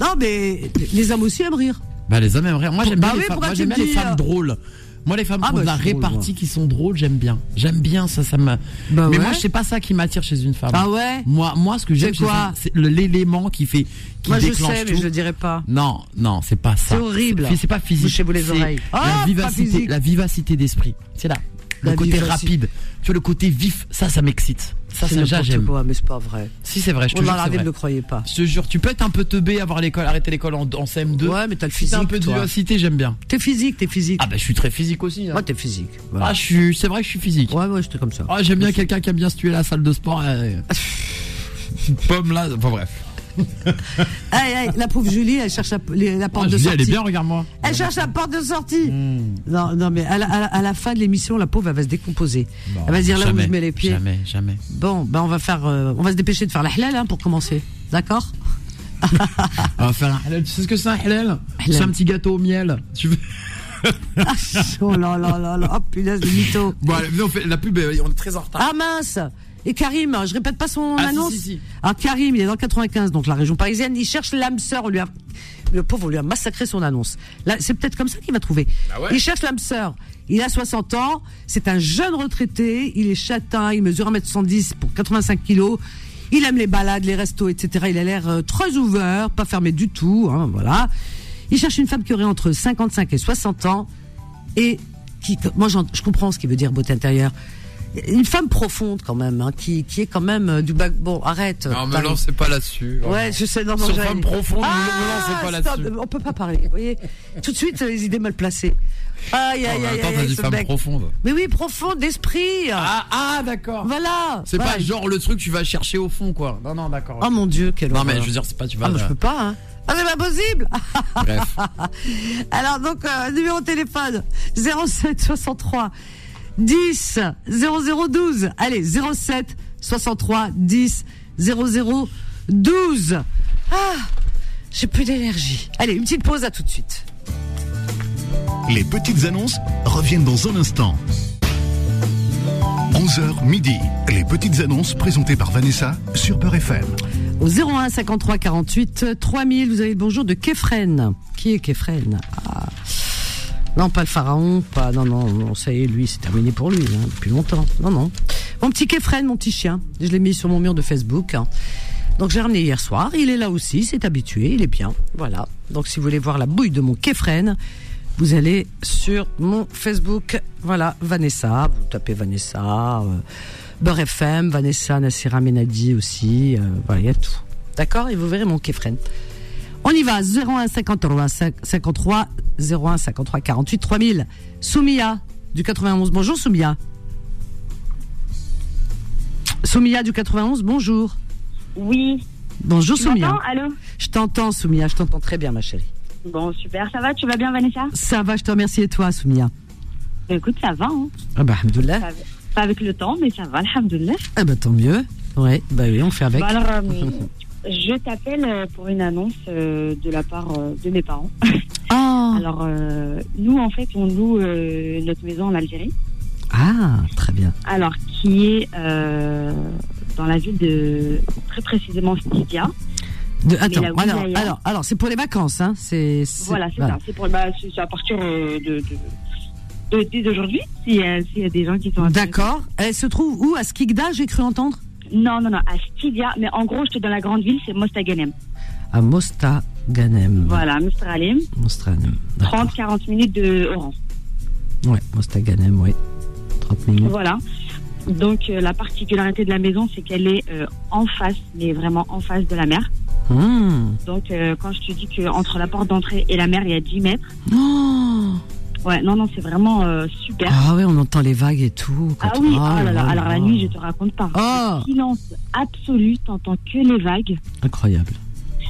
Speaker 2: Non, mais les hommes aussi aiment rire.
Speaker 3: Bah les hommes aiment rire. Moi j'aime
Speaker 2: Bah
Speaker 3: bien,
Speaker 2: oui,
Speaker 3: les, femmes,
Speaker 2: pourquoi
Speaker 3: moi,
Speaker 2: tu
Speaker 3: j'aime
Speaker 2: me
Speaker 3: bien les
Speaker 2: dis,
Speaker 3: femmes
Speaker 2: euh
Speaker 3: drôles. Moi les femmes
Speaker 2: Ah,
Speaker 3: qui ont
Speaker 2: bah,
Speaker 3: de la
Speaker 2: c'est drôle,
Speaker 3: répartie,
Speaker 2: moi.
Speaker 3: qui sont drôles, j'aime bien. J'aime bien ça, ça m'a.
Speaker 2: Bah
Speaker 3: Mais
Speaker 2: ouais.
Speaker 3: moi je sais pas ça qui m'attire chez une femme.
Speaker 2: Ah ouais
Speaker 3: Moi, moi ce que j'aime
Speaker 2: C'est
Speaker 3: chez
Speaker 2: quoi
Speaker 3: ça, c'est le- l'élément qui fait, qui
Speaker 2: Moi, je
Speaker 3: déclenche
Speaker 2: sais,
Speaker 3: tout.
Speaker 2: mais je le dirai pas.
Speaker 3: Non, non, c'est pas ça.
Speaker 2: C'est horrible.
Speaker 3: C'est, c'est pas physique.
Speaker 2: Bouchez-vous les
Speaker 3: C'est
Speaker 2: oreilles. Ah,
Speaker 3: la
Speaker 2: pas
Speaker 3: vivacité,
Speaker 2: physique.
Speaker 3: la vivacité d'esprit. C'est là. Le
Speaker 2: La
Speaker 3: côté
Speaker 2: vivacité.
Speaker 3: rapide. Tu vois le côté vif, ça, ça m'excite. Ça,
Speaker 2: C'est
Speaker 3: ça,
Speaker 2: n'importe
Speaker 3: j'aime.
Speaker 2: quoi, mais c'est pas vrai.
Speaker 3: Si c'est vrai, je te
Speaker 2: On
Speaker 3: jure.
Speaker 2: a
Speaker 3: c'est
Speaker 2: ne
Speaker 3: vrai.
Speaker 2: le croyez pas.
Speaker 3: Je te jure, tu peux être un peu teubé, avoir l'école, arrêter l'école en, en CM2.
Speaker 2: Ouais, mais t'as le
Speaker 3: Si t'as un
Speaker 2: physique,
Speaker 3: peu de
Speaker 2: toi.
Speaker 3: vivacité, j'aime bien.
Speaker 2: T'es physique, t'es physique.
Speaker 3: Ah bah je suis très physique aussi. hein.
Speaker 2: Moi, t'es physique.
Speaker 3: Ah
Speaker 2: Voilà.
Speaker 3: je suis, c'est vrai que je suis physique.
Speaker 2: ouais, ouais, j'étais comme ça.
Speaker 3: Ah j'aime bien quelqu'un qui aime bien se tuer à la salle de sport. euh, Une pomme là, enfin bref.
Speaker 2: Aïe, aïe, la pauvre Julie, elle cherche la, les- la porte
Speaker 3: Ah,
Speaker 2: de
Speaker 3: je dis, elle est
Speaker 2: sortie.
Speaker 3: bien, Hmm. regarde-moi.
Speaker 2: Elle cherche la porte de sortie. Non, non, mais à la, à la- à la fin de l'émission, la pauvre, elle va se décomposer. elle va se dire là où
Speaker 3: Jamais,
Speaker 2: je mets les pieds.
Speaker 3: Jamais, jamais.
Speaker 2: Bon, ben on va faire, euh, on va se dépêcher de faire la halal hein, pour commencer. D'accord
Speaker 3: On va faire un halal. Ah, Tu sais ce que c'est un halal C'est un petit gâteau au miel. Tu veux...
Speaker 2: Oh là là là là, oh, punaise de mytho.
Speaker 3: Bon, allez, venez, on fait la pub, euh, on est très en retard.
Speaker 2: Ah mince Et Karim, je répète pas son
Speaker 3: Ah, si,
Speaker 2: annonce.
Speaker 3: si, si.
Speaker 2: Ah Karim, il est dans le 95, donc la région parisienne, il cherche l'âme sœur, on lui a... le pauvre on lui a massacré son annonce. Là, c'est peut-être comme ça qu'il va trouver.
Speaker 3: Bah
Speaker 2: Il cherche l'âme sœur. Il a 60 ans, c'est un jeune retraité, il est châtain, il mesure 1m110 pour 85 kilos. Il aime les balades, les restos, etc. Il a l'air euh, très ouvert, pas fermé du tout, hein, voilà. Il cherche une femme qui aurait entre 55 et 60 ans et qui, moi j'en- je comprends ce qu'il veut dire beauté intérieure. Une femme profonde quand même, hein, qui, qui est quand même euh, du bac. Bon,
Speaker 3: Ah,
Speaker 2: arrête. euh, Paris.
Speaker 3: pas là-dessus.
Speaker 2: Ouais, je sais. Non, non,
Speaker 3: Sur
Speaker 2: j'allais-
Speaker 3: femme profonde,
Speaker 2: Ah,
Speaker 3: ne me lancez pas
Speaker 2: stop,
Speaker 3: là-dessus.
Speaker 2: On peut pas parler. Vous voyez, tout de suite euh, les idées mal placées. Aïe,
Speaker 3: En
Speaker 2: aïe,
Speaker 3: même
Speaker 2: aïe,
Speaker 3: temps,
Speaker 2: aïe,
Speaker 3: t'as
Speaker 2: aïe,
Speaker 3: dit
Speaker 2: ce
Speaker 3: femme
Speaker 2: mec.
Speaker 3: profonde.
Speaker 2: Mais oui, profond d'esprit.
Speaker 3: Ah, ah d'accord.
Speaker 2: Voilà.
Speaker 3: C'est
Speaker 2: Voilà.
Speaker 3: pas genre le truc que tu vas chercher au fond, quoi. Non, non, d'accord.
Speaker 2: Oh mon dieu, quel
Speaker 3: non, mais je veux dire, c'est pas tu vas.
Speaker 2: Ah, mais je peux pas. Hein. Ah, c'est pas possible.
Speaker 3: Bref.
Speaker 2: Alors donc euh, numéro de téléphone 07 63 10 0012. Allez 07 63 10 0012. Ah, j'ai plus d'énergie. Allez, une petite pause à tout de suite.
Speaker 1: Les petites annonces reviennent dans un instant. 11h midi, les petites annonces présentées par Vanessa sur Peur FM.
Speaker 2: Au 01 53 48 3000, euh, vous avez le bonjour de Kefren. Qui est Kefren Ah. Non, pas le pharaon, pas. Non, non, non, ça y est, lui, c'est terminé pour lui, hein, depuis longtemps. Non, non. Mon petit Kefren, mon petit chien, je l'ai mis sur mon mur de Facebook. hein. Donc j'ai ramené hier soir, il est là aussi, c'est habitué, il est bien. Voilà. Donc si vous voulez voir la bouille de mon Kefren, vous allez sur mon Facebook. Voilà, Vanessa, vous tapez Vanessa, euh, Beurre FM, Vanessa Nassira Menadi aussi, euh, voilà, il y a tout. D'accord Et vous verrez mon Kefren. On y va, 01 53 5- 53 01 53 48 3000. Soumia du 91, bonjour Soumia. Soumia du 91, bonjour.
Speaker 8: Oui,
Speaker 2: Bonjour
Speaker 8: Tu
Speaker 2: Soumia.
Speaker 8: m'entends Allô
Speaker 2: Je t'entends Soumia, je t'entends très bien ma chérie.
Speaker 8: Bon, super, ça va Tu vas bien, Vanessa
Speaker 2: Ça va, je te remercie et toi Soumia
Speaker 8: Bah, Écoute, ça va, hein.
Speaker 2: Ah bah alhamdoulilah.
Speaker 8: Ça va- Pas avec le temps, mais ça va, alhamdoulilah.
Speaker 2: Ah bah tant mieux. Ouais, bah oui, on fait avec.
Speaker 8: Bah, alors, euh, je t'appelle euh, pour une annonce euh, de la part euh, de mes parents.
Speaker 2: Ah.
Speaker 8: Alors, euh, nous, en fait, on loue euh, notre maison en Algérie,
Speaker 2: Ah, très bien.
Speaker 8: alors qui est euh, dans la ville de, très précisément, Stidia.
Speaker 2: De- attends,
Speaker 8: la
Speaker 2: alors,
Speaker 8: wilaya-
Speaker 2: alors, alors, c'est pour les vacances, hein. C'est.
Speaker 8: Voilà, c'est ça. C'est pour- bah, c'est- c'est à partir euh, de, de- de- dès aujourd'hui, s'il y, a- s'il y a des gens qui sont intéressés.
Speaker 2: D'accord. Elle se trouve où À Skikda, j'ai cru entendre
Speaker 8: Non, non, non, à Stidia, mais en gros, je te donne la grande ville, c'est Mostaganem.
Speaker 2: À Mostaganem.
Speaker 8: Voilà, Mostralim,
Speaker 2: Mostaganem.
Speaker 8: 30-40 minutes de Oran.
Speaker 2: Ouais, Mostaganem, oui. 30 minutes.
Speaker 8: Voilà. Donc euh, la particularité de la maison, c'est qu'elle est euh, en face, mais vraiment en face de la mer.
Speaker 2: Hmm.
Speaker 8: Donc euh, quand je te dis qu'entre la porte d'entrée et la mer, il y a 10 mètres.
Speaker 2: Oh.
Speaker 8: Ouais, non, non, c'est vraiment euh, super.
Speaker 2: Ah oui, on entend les vagues et tout. quand
Speaker 8: Ah oui,
Speaker 2: on-
Speaker 8: ah là là, alors la nuit, je
Speaker 2: là.
Speaker 8: te raconte pas.
Speaker 2: Ah.
Speaker 8: Silence absolu, t'entends que les vagues.
Speaker 2: Incroyable.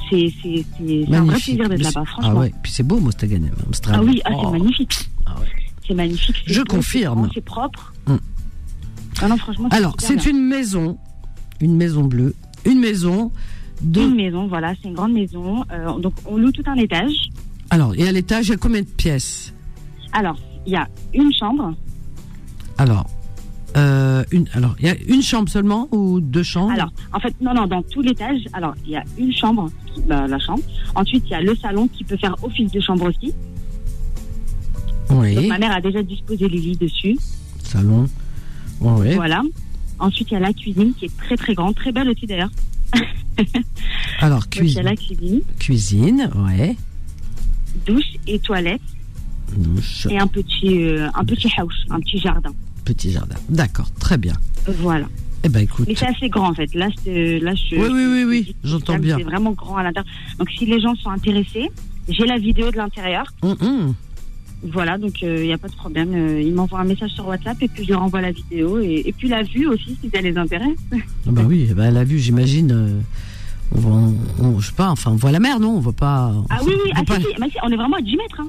Speaker 8: C'est c'est- c'est- c'est un vrai
Speaker 2: Magnifique.
Speaker 8: plaisir d'être
Speaker 2: Mais c'est-
Speaker 8: là-bas, franchement.
Speaker 2: Ah ouais, puis c'est beau Mostaganem.
Speaker 8: Ah
Speaker 2: Amsterdam.
Speaker 8: oui, ah,
Speaker 2: Oh.
Speaker 8: c'est magnifique.
Speaker 2: Ah ouais.
Speaker 8: C'est magnifique. c'est
Speaker 2: Je
Speaker 8: beau, c'est
Speaker 2: confirme.
Speaker 8: grand, C'est propre.
Speaker 2: Hum.
Speaker 8: Ah non, franchement,
Speaker 2: Alors,
Speaker 8: super
Speaker 2: c'est
Speaker 8: bien.
Speaker 2: une maison, une maison bleue, une maison de.
Speaker 8: Une maison, voilà, c'est une grande maison. Euh, donc, on loue tout un étage.
Speaker 2: Alors, et à l'étage, il y a combien de pièces
Speaker 8: Alors, il y a une chambre.
Speaker 2: Alors, euh, une, alors, il y a une chambre seulement ou deux chambres
Speaker 8: Alors, en fait, non, non, dans tout l'étage, alors, il y a une chambre, qui- bah, la chambre. Ensuite, il y a le salon qui peut faire office de chambre aussi. Donc,
Speaker 2: oui,
Speaker 8: ma mère a déjà disposé les lits dessus.
Speaker 2: salon. Oui, oui.
Speaker 8: Voilà. Ensuite, il y a la cuisine qui est très, très grande, très belle aussi d'ailleurs.
Speaker 2: Alors,
Speaker 8: Donc, il y a
Speaker 2: cuisine,
Speaker 8: la cuisine,
Speaker 2: cuisine, ouais,
Speaker 8: douche et toilette
Speaker 2: douche,
Speaker 8: et un petit, euh, un petit house, un petit jardin.
Speaker 2: petit jardin. D'accord, très bien.
Speaker 8: Voilà.
Speaker 2: Eh ben, écoute.
Speaker 8: Mais c'est assez grand en fait. Là, c'est- là je.
Speaker 2: Oui, oui, oui, oui,
Speaker 8: je-
Speaker 2: j'entends bien.
Speaker 8: C'est vraiment grand à l'intérieur. Donc, si les gens sont intéressés, j'ai la vidéo de l'intérieur.
Speaker 2: Hum, hum.
Speaker 8: Voilà, donc il n'y a pas de problème. Euh, ils m'envoient un message sur WhatsApp et puis je leur envoie la vidéo et, et puis la vue aussi si ça les intéresse.
Speaker 2: Ah bah oui, bah, la vue, j'imagine. euh, on va, on, on- je sais pas, enfin, on voit la mer, non On voit pas.
Speaker 8: Ah oui, oui,
Speaker 2: on
Speaker 8: ah,
Speaker 2: voit pas-
Speaker 8: si, si, bah, si, on est vraiment à 10 mètres. hein.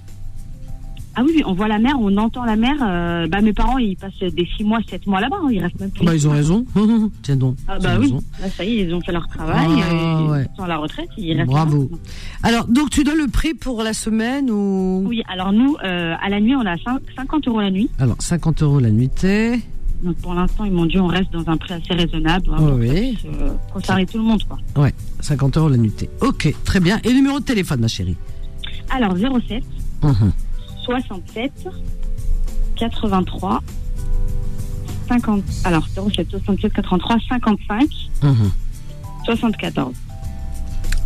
Speaker 8: Ah oui, oui, on voit la mer, on entend la mer. euh, bah, mes parents, ils passent des 6 mois, 7 mois là-bas, hein, ils restent même plus.
Speaker 2: Bah, ils ont raison. Hum, hum, Tiens donc.
Speaker 8: Ah
Speaker 2: ils
Speaker 8: bah
Speaker 2: ont
Speaker 8: oui,
Speaker 2: raison.
Speaker 8: là, ça y est, ils ont fait leur travail,
Speaker 2: Ah,
Speaker 8: euh, ils
Speaker 2: ouais.
Speaker 8: sont à la retraite, ils restent
Speaker 2: Bravo.
Speaker 8: là.
Speaker 2: Alors, donc, tu donnes le prix pour la semaine ou
Speaker 8: Oui, alors nous, euh, à la nuit, on a cin- 50 euros la nuit.
Speaker 2: Alors, 50 euros la nuitée.
Speaker 8: Donc pour l'instant, ils m'ont dit on reste dans un prix assez raisonnable. hein,
Speaker 2: Oui,
Speaker 8: pour que
Speaker 2: oui.
Speaker 8: ça puisse, euh, concerner tout le monde, quoi.
Speaker 2: 50 euros la nuitée. Ok, très bien. Et numéro de téléphone, ma chérie
Speaker 8: Alors 07
Speaker 2: Mhm.
Speaker 8: 67 83 50 alors 07 67 83 55
Speaker 2: Mhm.
Speaker 8: 74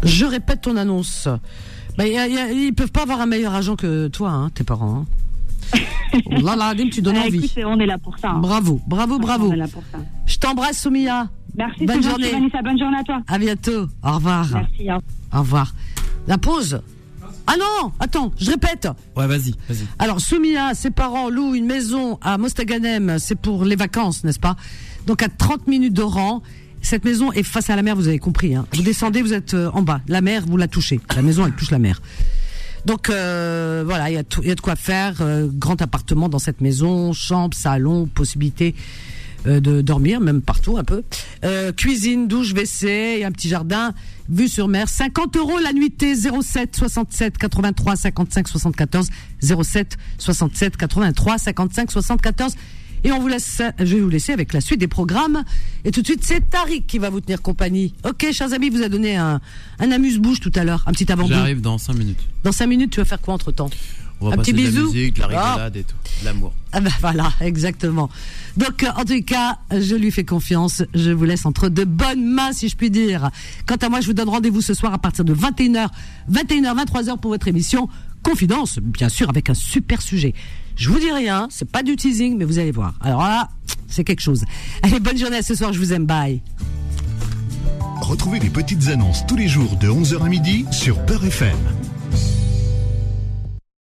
Speaker 2: Je répète ton annonce. Bah, y a- y a- ils peuvent pas avoir un meilleur agent que toi, hein, tes parents. hein. Wallah, l'azim, tu donnes
Speaker 8: Ah,
Speaker 2: envie.
Speaker 8: écoute, on est là pour ça hein.
Speaker 2: Bravo, bravo, bravo.
Speaker 8: on est là pour ça
Speaker 2: Je t'embrasse, Soumia.
Speaker 8: merci
Speaker 2: Bonne
Speaker 8: c'est gentil,
Speaker 2: journée. Ah.
Speaker 8: Vanessa bonne journée à toi
Speaker 2: À bientôt. Au revoir.
Speaker 8: merci hein.
Speaker 2: Au revoir. La pause. Ah non, attends, je répète.
Speaker 3: Ouais, vas-y, vas-y.
Speaker 2: Alors, Soumia, ses parents louent une maison à Mostaganem. C'est pour les vacances, n'est-ce pas Donc, à 30 minutes d'Oran. Cette maison est face à la mer, vous avez compris. hein. Vous descendez, vous êtes euh, en bas. La mer, vous la touchez. La maison, elle touche la mer. Donc, euh, voilà, il y, a tout- il y a de quoi faire. Euh, grand appartement dans cette maison, chambre, salon, possibilité euh, de dormir, même partout un peu. Euh, cuisine, douche, WC, et un petit jardin, vue sur mer. 50 euros la nuitée, 07 67 83 55 74, 07 67 83 55 74. Et on vous laisse, je vais vous laisser avec la suite des programmes. Et tout de suite, c'est Tariq qui va vous tenir compagnie. Ok, chers amis, vous a donné un, un amuse-bouche tout à l'heure, un petit avant-goût.
Speaker 10: J'arrive dans 5 minutes.
Speaker 2: Dans 5 minutes, tu vas faire quoi entre-temps
Speaker 10: On va
Speaker 2: Un
Speaker 10: passer
Speaker 2: petit
Speaker 10: de la
Speaker 2: bisou.
Speaker 10: musique, de la
Speaker 2: Ah.
Speaker 10: rigolade et tout. De L'amour.
Speaker 2: Ah ben voilà, exactement. Donc euh, en tout cas, je lui fais confiance, je vous laisse entre de bonnes mains si je puis dire. Quant à moi, je vous donne rendez-vous ce soir à partir de 21h, 21h, 23h pour votre émission Confidence, bien sûr avec un super sujet. Je vous dis rien, c'est pas du teasing, mais vous allez voir. Alors là, c'est quelque chose. Allez, bonne journée à ce soir, je vous aime, bye.
Speaker 1: Retrouvez les petites annonces tous les jours de 11h à midi sur Peur FM.